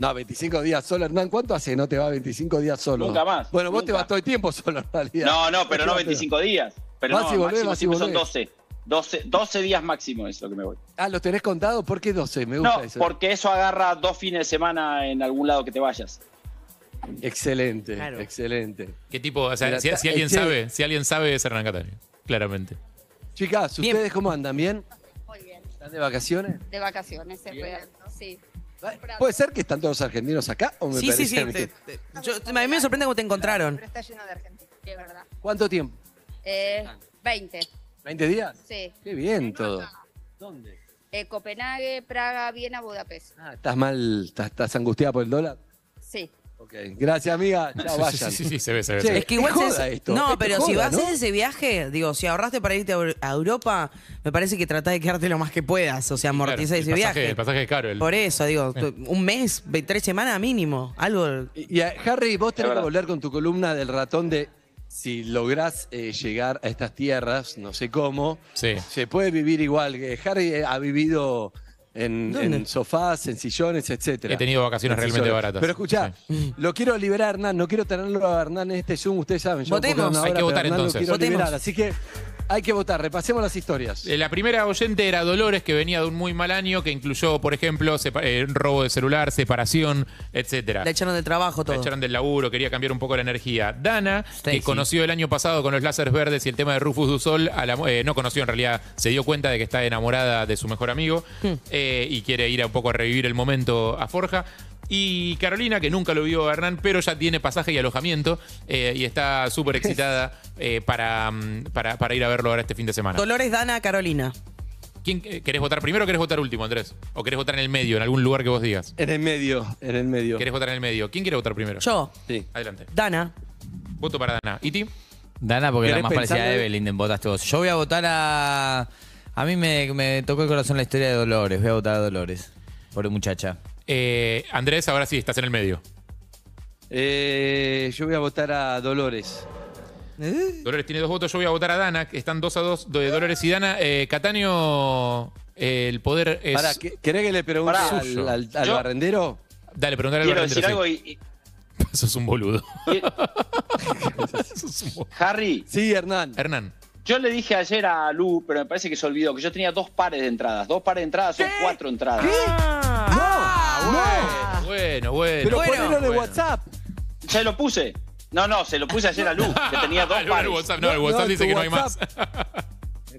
[SPEAKER 6] No, 25 días solo, Hernán. ¿Cuánto hace no te va 25 días solo?
[SPEAKER 5] Nunca más,
[SPEAKER 6] Bueno, vos te
[SPEAKER 5] nunca.
[SPEAKER 6] vas todo el tiempo solo, en realidad.
[SPEAKER 5] No, no, pero no 25 días. Pero
[SPEAKER 6] Vas
[SPEAKER 5] no,
[SPEAKER 6] y volvés,
[SPEAKER 5] máximo
[SPEAKER 6] vas y
[SPEAKER 5] siempre son
[SPEAKER 6] volvés.
[SPEAKER 5] 12. 12. 12 días máximo es lo que me voy.
[SPEAKER 6] Ah, ¿los tenés contado? ¿Por qué 12? Me gusta
[SPEAKER 5] No,
[SPEAKER 6] eso.
[SPEAKER 5] porque eso agarra dos fines de semana en algún lado que te vayas.
[SPEAKER 6] Excelente,
[SPEAKER 3] Claro.
[SPEAKER 6] excelente.
[SPEAKER 2] ¿Qué tipo? O sea,
[SPEAKER 6] Mira,
[SPEAKER 2] si,
[SPEAKER 6] ta-
[SPEAKER 2] si alguien
[SPEAKER 6] che.
[SPEAKER 2] sabe, si alguien sabe es Hernán Cataño. Claramente.
[SPEAKER 6] Chicas, ¿ustedes cómo andan? ¿Bien?
[SPEAKER 14] Muy bien.
[SPEAKER 6] ¿Están de vacaciones?
[SPEAKER 14] De vacaciones, es real. Sí.
[SPEAKER 6] ¿Puede ser que están todos argentinos acá? ¿O me
[SPEAKER 3] Sí, sí,
[SPEAKER 6] parece
[SPEAKER 3] sí.
[SPEAKER 6] a mí?
[SPEAKER 3] te- te- yo- a mí me sorprende cómo te encontraron.
[SPEAKER 14] Pero está lleno de Argentina, de verdad.
[SPEAKER 6] ¿Cuánto tiempo?
[SPEAKER 14] Eh, 20.
[SPEAKER 6] ¿20 días?
[SPEAKER 14] Sí.
[SPEAKER 6] Qué bien todo.
[SPEAKER 14] ¿Dónde? Copenhague, Praga, Viena, Budapest.
[SPEAKER 6] Ah, ¿Estás mal? ¿Estás, estás angustiada por el dólar?
[SPEAKER 14] Sí.
[SPEAKER 6] Gracias, amiga. Chao,
[SPEAKER 2] Sí,
[SPEAKER 6] vayan.
[SPEAKER 2] Sí, sí, sí, se ve, se ve.
[SPEAKER 6] Sí,
[SPEAKER 2] se ve.
[SPEAKER 3] Es que igual
[SPEAKER 6] Te
[SPEAKER 3] se-
[SPEAKER 6] joda esto,
[SPEAKER 3] No,
[SPEAKER 6] te
[SPEAKER 3] pero si
[SPEAKER 6] joda,
[SPEAKER 3] vas
[SPEAKER 6] ¿no?
[SPEAKER 3] a ese viaje, digo, si ahorraste para irte a Eur- a Europa, me parece que tratás de quedarte lo más que puedas. O sea,
[SPEAKER 2] Claro,
[SPEAKER 3] amortiza
[SPEAKER 2] el
[SPEAKER 3] ese
[SPEAKER 2] pasaje-
[SPEAKER 3] viaje.
[SPEAKER 2] El pasaje es caro. el-
[SPEAKER 3] Por eso, digo,
[SPEAKER 2] Sí.
[SPEAKER 3] tu- un mes, ve- tres semanas mínimo. Algo.
[SPEAKER 6] Y a- Harry, vos tenés que
[SPEAKER 3] verdad.
[SPEAKER 6] volver con tu columna del ratón de si lográs eh, llegar a estas tierras, no sé cómo, se puede vivir igual. Eh, Harry eh, ha vivido en,
[SPEAKER 2] ¿Dónde?
[SPEAKER 6] en sofás, en sillones, etcétera.
[SPEAKER 2] He tenido vacaciones
[SPEAKER 6] En
[SPEAKER 2] realmente
[SPEAKER 6] sillones.
[SPEAKER 2] baratas.
[SPEAKER 6] Pero escuchá, mm, lo quiero liberar, Hernán, no quiero tenerlo a Hernán en este Zoom, ustedes saben. yo
[SPEAKER 2] Votemos.
[SPEAKER 6] puedo quedarme
[SPEAKER 2] Hay que
[SPEAKER 6] ahora, pero
[SPEAKER 2] votar,
[SPEAKER 6] Hernán lo
[SPEAKER 2] entonces.
[SPEAKER 6] quiero
[SPEAKER 2] Votemos.
[SPEAKER 6] liberar, así que hay que votar, repasemos las historias.
[SPEAKER 2] Eh, La primera oyente era Dolores, que venía de un muy mal año, que incluyó, por ejemplo, sepa- eh, robo de celular, separación, etcétera.
[SPEAKER 3] La echaron de trabajo
[SPEAKER 2] La
[SPEAKER 3] todo.
[SPEAKER 2] echaron del laburo, quería cambiar un poco la energía. Dana, que conoció el año pasado con los láseres verdes y el tema de Rufus Dusol, a la mu- eh, no conoció en realidad, se dio cuenta de que está enamorada de su mejor amigo
[SPEAKER 3] Hmm.
[SPEAKER 2] eh, y quiere ir a un poco a revivir el momento a Forja. Y Carolina, que nunca lo vio a Hernán, pero ya tiene pasaje y alojamiento eh, y está súper excitada eh, para, mm, para, para ir a verlo ahora este fin de semana.
[SPEAKER 3] Dolores Dana Carolina.
[SPEAKER 2] ¿Quién eh, querés votar primero o querés votar último, Andrés? ¿O querés votar en el medio, en algún lugar que vos digas?
[SPEAKER 6] En el medio, en el medio.
[SPEAKER 2] ¿Querés votar en el medio? ¿Quién quiere votar primero?
[SPEAKER 3] Yo.
[SPEAKER 6] Sí.
[SPEAKER 2] Adelante.
[SPEAKER 3] Dana.
[SPEAKER 2] Voto para Dana. ¿Y ti?
[SPEAKER 1] Dana, porque era
[SPEAKER 2] ¿Querés
[SPEAKER 1] más parecida a
[SPEAKER 2] pensarlo?
[SPEAKER 1] Evelyn, de- votaste vos. Yo voy a votar a. A mí me, me tocó el corazón la historia de Dolores. Voy a votar a Dolores. Pobre muchacha.
[SPEAKER 2] Eh, Andrés, ahora sí, estás en el medio.
[SPEAKER 6] Eh, yo voy a votar a Dolores.
[SPEAKER 2] Dolores tiene dos votos, yo voy a votar a Dana. que Están dos a dos de Dolores y Dana. Eh, Cataño, eh, el poder es.
[SPEAKER 6] Pará, ¿que- ¿querés que le pregunte
[SPEAKER 2] Pará.
[SPEAKER 6] al, al- al
[SPEAKER 2] Yo-
[SPEAKER 6] barrendero?
[SPEAKER 2] Dale, preguntale al
[SPEAKER 5] Quiero
[SPEAKER 2] barrendero,
[SPEAKER 5] decir
[SPEAKER 2] sí.
[SPEAKER 5] algo y,
[SPEAKER 2] Sos un boludo.
[SPEAKER 5] Harry.
[SPEAKER 6] Sí, Hernán.
[SPEAKER 2] Hernán.
[SPEAKER 5] Yo le dije ayer a Lu, pero me parece que se olvidó, que yo tenía dos pares de entradas. Dos pares de entradas son cuatro entradas.
[SPEAKER 2] Ah, Bueno, bueno.
[SPEAKER 6] Pero
[SPEAKER 5] Bueno.
[SPEAKER 6] ponelo en el
[SPEAKER 5] Bueno.
[SPEAKER 6] WhatsApp.
[SPEAKER 5] Se lo puse. No, no, se lo puse ayer a Lu, que tenía dos
[SPEAKER 2] Ah, no, el
[SPEAKER 5] pares.
[SPEAKER 2] WhatsApp, no, el WhatsApp dice que no hay más.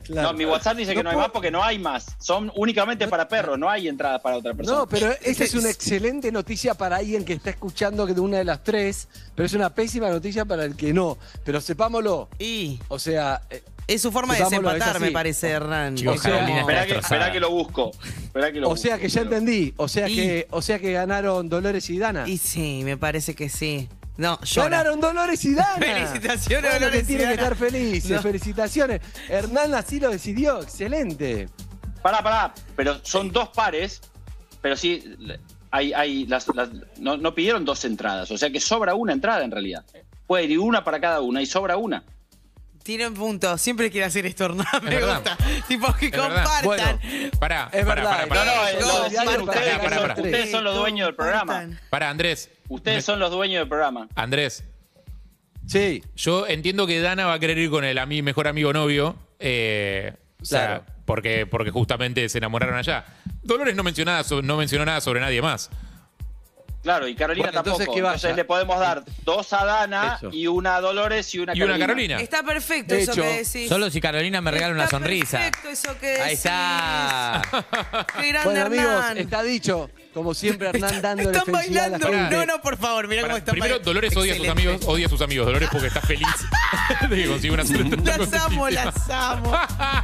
[SPEAKER 5] No, mi WhatsApp dice que no hay más porque no hay más. Son únicamente para perros, no hay entradas para otra persona.
[SPEAKER 6] No, pero esa es una excelente noticia para alguien que está escuchando que de una de las tres, pero es una pésima noticia para el que no. Pero sepámoslo.
[SPEAKER 3] Y.
[SPEAKER 6] O sea. eh,
[SPEAKER 3] Es su forma de
[SPEAKER 6] sepámoslo, es
[SPEAKER 3] desempatar, me
[SPEAKER 6] así.
[SPEAKER 3] parece, Hernán.
[SPEAKER 6] Chicos,
[SPEAKER 3] O sea,
[SPEAKER 6] Carolina
[SPEAKER 3] como-
[SPEAKER 6] está Esperá que- destrozada. esperá que
[SPEAKER 5] lo busco.
[SPEAKER 6] O sea que ya entendí. O sea que, o sea que ganaron Dolores y Dana.
[SPEAKER 3] Y sí, me parece que sí. No, llora.
[SPEAKER 6] Ganaron Dolores y Dana.
[SPEAKER 3] Felicitaciones,
[SPEAKER 6] Bueno, que
[SPEAKER 3] Dolores y
[SPEAKER 6] Tienen que
[SPEAKER 3] Dana.
[SPEAKER 6] estar felices.
[SPEAKER 3] No.
[SPEAKER 6] Felicitaciones. Hernán así lo decidió. Excelente.
[SPEAKER 5] Pará, pará, pero son dos pares, pero sí, hay, hay las, las- no, no pidieron dos entradas, o sea que sobra una entrada en realidad. Puede ir una para cada una y sobra una.
[SPEAKER 3] Tiene un punto. Siempre quiere hacer esto, Hernán. Me
[SPEAKER 5] verdad.
[SPEAKER 3] gusta. Tipo, que
[SPEAKER 5] Es verdad.
[SPEAKER 3] compartan.
[SPEAKER 2] Pará,
[SPEAKER 5] Es
[SPEAKER 2] pará,
[SPEAKER 5] verdad,
[SPEAKER 2] pará, pará.
[SPEAKER 5] no, no, eh, lo deciden
[SPEAKER 2] Pará,
[SPEAKER 5] ustedes,
[SPEAKER 2] pará,
[SPEAKER 5] que son-
[SPEAKER 2] pará.
[SPEAKER 5] ustedes son los dueños del programa.
[SPEAKER 2] Pará, Andrés.
[SPEAKER 5] Ustedes son los dueños del programa.
[SPEAKER 2] Andrés.
[SPEAKER 6] Sí.
[SPEAKER 2] Yo entiendo que Dana va a querer ir con el a mi mejor amigo novio. eh, o sea, porque, porque justamente se enamoraron allá. Dolores no mencionó nada, so- no mencionó nada sobre nadie más.
[SPEAKER 5] Claro, y Carolina
[SPEAKER 2] Bueno, entonces
[SPEAKER 5] tampoco.
[SPEAKER 2] que vaya.
[SPEAKER 5] Entonces le podemos dar dos a Dana
[SPEAKER 2] Eso.
[SPEAKER 5] y una a Dolores y una a
[SPEAKER 2] Y una
[SPEAKER 5] Carolina.
[SPEAKER 2] Carolina.
[SPEAKER 3] Está perfecto
[SPEAKER 5] De
[SPEAKER 3] eso
[SPEAKER 5] hecho,
[SPEAKER 3] que decís.
[SPEAKER 1] Solo si Carolina me regala una
[SPEAKER 3] Está
[SPEAKER 1] sonrisa.
[SPEAKER 3] Perfecto eso que decís.
[SPEAKER 1] Ahí está.
[SPEAKER 3] Qué grande,
[SPEAKER 6] Bueno, amigos,
[SPEAKER 3] Hernán.
[SPEAKER 6] está dicho. Como siempre, Hernán dándole
[SPEAKER 3] Están
[SPEAKER 6] felicidad a la
[SPEAKER 3] bailando.
[SPEAKER 6] gente.
[SPEAKER 3] No, no, por favor, mirá cómo están
[SPEAKER 2] Primero,
[SPEAKER 3] bailando.
[SPEAKER 2] Dolores odia a sus
[SPEAKER 3] Excelente.
[SPEAKER 2] amigos, odia a sus amigos. Dolores porque está feliz de que consigue una solución.
[SPEAKER 3] Las amo, las amo.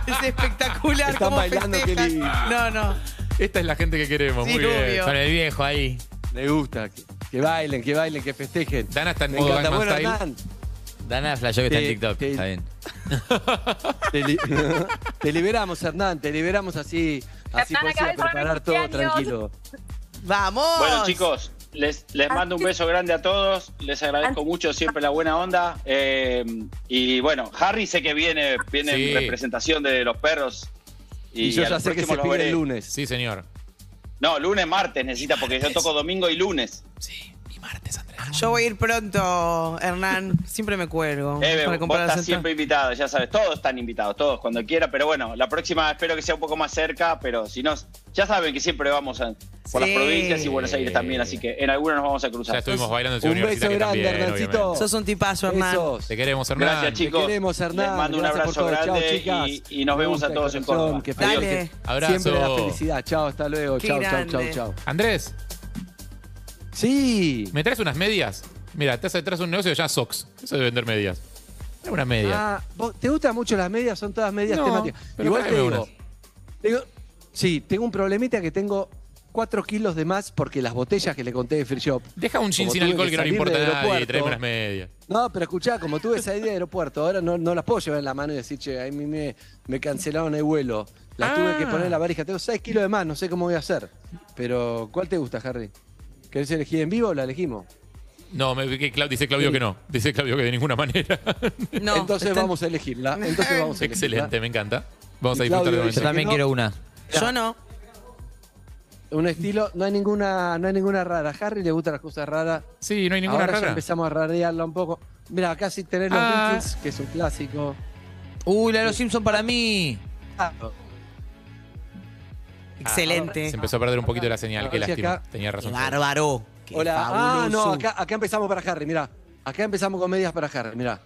[SPEAKER 3] Es espectacular
[SPEAKER 2] Están
[SPEAKER 3] cómo
[SPEAKER 2] bailando, qué
[SPEAKER 3] festejan.
[SPEAKER 2] lindo.
[SPEAKER 3] No, no.
[SPEAKER 2] Esta es la gente que queremos.
[SPEAKER 3] Sí,
[SPEAKER 2] Muy bien.
[SPEAKER 3] obvio.
[SPEAKER 2] Con
[SPEAKER 1] el viejo ahí.
[SPEAKER 6] Le gusta. Que, que bailen, que bailen, que festejen.
[SPEAKER 2] Dana está en
[SPEAKER 6] Me
[SPEAKER 2] modo
[SPEAKER 6] encanta.
[SPEAKER 2] Gangnam
[SPEAKER 6] Bueno,
[SPEAKER 2] Style.
[SPEAKER 6] Hernán,
[SPEAKER 1] Dana flasheó que está en
[SPEAKER 6] Te-
[SPEAKER 1] TikTok.
[SPEAKER 6] te-
[SPEAKER 1] Está bien.
[SPEAKER 6] te, li- te liberamos, Hernán. Te liberamos así. Así
[SPEAKER 5] Hernán,
[SPEAKER 6] podés ir
[SPEAKER 5] acabas
[SPEAKER 6] a
[SPEAKER 5] de saber
[SPEAKER 6] preparar
[SPEAKER 5] mi
[SPEAKER 6] todo
[SPEAKER 5] cumpleaños.
[SPEAKER 6] tranquilo.
[SPEAKER 3] ¡Vamos!
[SPEAKER 5] Bueno, chicos, les, les mando un beso grande a todos. Les agradezco mucho siempre la buena onda. Eh, y bueno, Harry sé que viene, viene
[SPEAKER 2] Sí.
[SPEAKER 5] en representación de los perros.
[SPEAKER 6] Y, yo
[SPEAKER 5] a
[SPEAKER 6] ya
[SPEAKER 5] los
[SPEAKER 6] sé que se
[SPEAKER 5] próximos los
[SPEAKER 6] pide
[SPEAKER 5] veré.
[SPEAKER 6] el lunes.
[SPEAKER 2] Sí, señor.
[SPEAKER 5] No, lunes, martes necesita, porque yo toco domingo y lunes.
[SPEAKER 3] Yo voy a ir pronto, Hernán. Siempre me cuelgo. para
[SPEAKER 5] Eve, Eh, vos
[SPEAKER 3] comprar
[SPEAKER 5] estás
[SPEAKER 3] las
[SPEAKER 5] siempre invitado, ya sabes, todos están invitados, todos, cuando quiera, pero bueno, la próxima espero que sea un poco más cerca, pero si no, ya saben que siempre vamos a- por
[SPEAKER 3] Sí.
[SPEAKER 5] las provincias y Buenos Aires también, así que en algunos nos vamos a cruzar.
[SPEAKER 2] Ya estuvimos bailando en Ciudad Universitaria también, obviamente.
[SPEAKER 3] Sos un tipazo, Hernán.
[SPEAKER 2] Te queremos, Hernán.
[SPEAKER 5] Gracias, chicos.
[SPEAKER 6] queremos, Hernán.
[SPEAKER 5] Les mando un
[SPEAKER 6] Gracias
[SPEAKER 5] abrazo
[SPEAKER 6] por todo. Chao,
[SPEAKER 5] grande
[SPEAKER 6] chicas.
[SPEAKER 5] y, y nos vemos a
[SPEAKER 6] Gusta,
[SPEAKER 5] todos en
[SPEAKER 6] corazón,
[SPEAKER 5] Córdoba.
[SPEAKER 6] que
[SPEAKER 5] Adiós.
[SPEAKER 6] festejen.
[SPEAKER 2] Abrazo.
[SPEAKER 6] Siempre la felicidad. Chao, hasta luego.
[SPEAKER 5] Qué
[SPEAKER 6] Chao, chao, chao,
[SPEAKER 5] grande.
[SPEAKER 6] chao.
[SPEAKER 2] Andrés.
[SPEAKER 6] Sí.
[SPEAKER 2] ¿Me traes unas medias? Mira, te hace atrás un negocio que se llama Sox. Eso de vender medias. Trae una media.
[SPEAKER 6] Ah, ¿vos- ¿Te gustan mucho las medias? Son todas medias
[SPEAKER 2] No,
[SPEAKER 6] temáticas.
[SPEAKER 2] pero
[SPEAKER 6] Igual te
[SPEAKER 2] tráeme
[SPEAKER 6] digo,
[SPEAKER 2] unas.
[SPEAKER 6] tengo- Sí, tengo un problemita que tengo 4 kilos de más porque las botellas que le conté de Free Shop.
[SPEAKER 2] Deja un jean
[SPEAKER 6] como
[SPEAKER 2] sin
[SPEAKER 6] tuve
[SPEAKER 2] alcohol que no le
[SPEAKER 6] salir
[SPEAKER 2] importa
[SPEAKER 6] del
[SPEAKER 2] a nadie,
[SPEAKER 6] aeropuerto-
[SPEAKER 2] tráeme las medias.
[SPEAKER 6] No, pero escuchá, como tuve esa idea de aeropuerto, ahora no, no las puedo llevar en la mano y decir, che, a mí me, me cancelaron el vuelo. Las tuve que poner en la varija. Tengo 6 kilos de más, no sé cómo voy a hacer. Pero, ¿cuál te gusta, Harry? ¿Querés elegir en vivo o la elegimos?
[SPEAKER 2] No, me, que Clau- dice Claudio que no. Dice Claudio que de ninguna manera.
[SPEAKER 6] Entonces
[SPEAKER 2] están-
[SPEAKER 6] vamos a elegirla. Entonces vamos a elegirla.
[SPEAKER 2] Excelente, me encanta. Vamos
[SPEAKER 6] Y
[SPEAKER 2] a disfrutar
[SPEAKER 6] Claudio
[SPEAKER 2] de momento.
[SPEAKER 6] dice Yo también que no. quiero
[SPEAKER 1] una.
[SPEAKER 3] Yo no.
[SPEAKER 6] Un estilo, no hay ninguna, no hay ninguna rara. A Harry le gustan las cosas raras.
[SPEAKER 2] Sí, no hay ninguna
[SPEAKER 6] Ahora ya
[SPEAKER 2] rara.
[SPEAKER 6] empezamos a rarearla un poco. Mira, acá sí tenés los
[SPEAKER 1] Ah.
[SPEAKER 6] Beatles, que es un clásico.
[SPEAKER 1] Uy, la de los Simpson para mí.
[SPEAKER 3] Excelente.
[SPEAKER 2] Se empezó a perder un poquito la señal, qué
[SPEAKER 6] Ahora sí,
[SPEAKER 2] lástima.
[SPEAKER 6] acá.
[SPEAKER 2] Tenía razón.
[SPEAKER 3] Bárbaro. Qué
[SPEAKER 6] Hola. Ah,
[SPEAKER 3] fabuloso.
[SPEAKER 6] no, acá, acá empezamos para Harry, mirá. Acá empezamos con medias para Harry, mirá.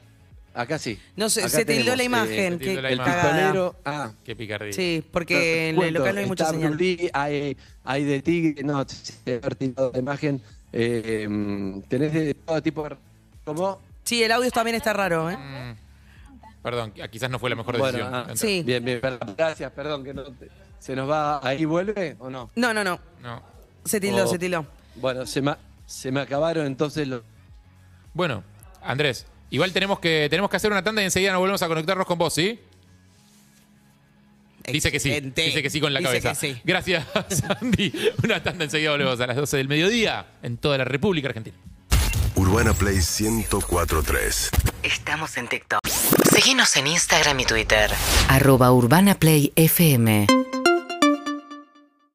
[SPEAKER 6] Acá sí.
[SPEAKER 3] No sé,
[SPEAKER 6] Acá
[SPEAKER 3] se tildó
[SPEAKER 6] tenemos,
[SPEAKER 3] la imagen,
[SPEAKER 6] eh,
[SPEAKER 3] qué
[SPEAKER 6] el
[SPEAKER 3] cagada.
[SPEAKER 6] pistolero. Ah.
[SPEAKER 2] Qué picardía.
[SPEAKER 3] Sí,
[SPEAKER 6] Te
[SPEAKER 3] porque en el
[SPEAKER 6] cuento,
[SPEAKER 3] local no hay mucha
[SPEAKER 6] está
[SPEAKER 3] señal.
[SPEAKER 6] Blondie, hay, hay de tigre, no, se ha tildado la imagen. Eh, mm, tenés de todo tipo de... ¿Cómo?
[SPEAKER 3] Sí, el audio también está raro, ¿eh?
[SPEAKER 2] Perdón, quizás no fue la mejor
[SPEAKER 6] Bueno,
[SPEAKER 2] decisión.
[SPEAKER 6] ah,
[SPEAKER 3] Sí.
[SPEAKER 6] Bien, bien, perdón, gracias, perdón que no te- se nos va. ¿Ahí vuelve o no?
[SPEAKER 3] No, no, no.
[SPEAKER 2] No.
[SPEAKER 3] Se tildó,
[SPEAKER 6] Oh.
[SPEAKER 3] se tildó.
[SPEAKER 6] Bueno, se me, se me acabaron entonces los...
[SPEAKER 2] Bueno, Andrés, igual tenemos que, tenemos que hacer una tanda y enseguida nos volvemos a conectarnos con vos, ¿sí? Dice que sí.
[SPEAKER 3] Excelente.
[SPEAKER 2] Dice que sí con la
[SPEAKER 3] Dice
[SPEAKER 2] cabeza.
[SPEAKER 3] que sí.
[SPEAKER 2] Gracias, Sandy. Una tanda enseguida volvemos a las 12 del mediodía en toda la República Argentina.
[SPEAKER 15] Urbana Play 1043.
[SPEAKER 16] Estamos en TikTok. Seguinos en Instagram y Twitter.
[SPEAKER 17] Arroba Urbana Play FM.